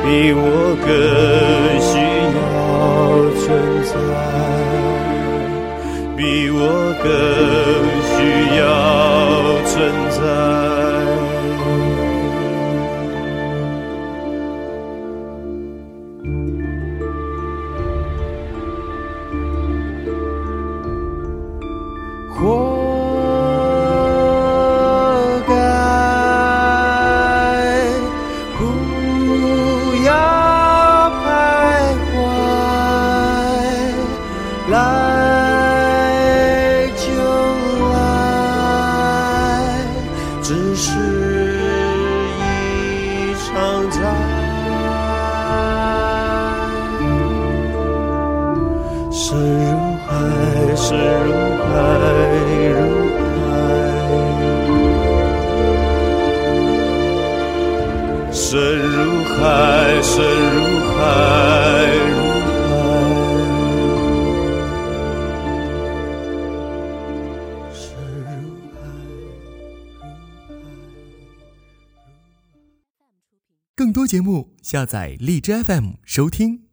S5: 比我更需要存在，比我更需要存在。活该，不要徘徊，来就来，只是一场灾。深如海，深如海，如海，深如海，深如海，如海，深如海。
S6: 更多节目，下载荔枝 FM 收听。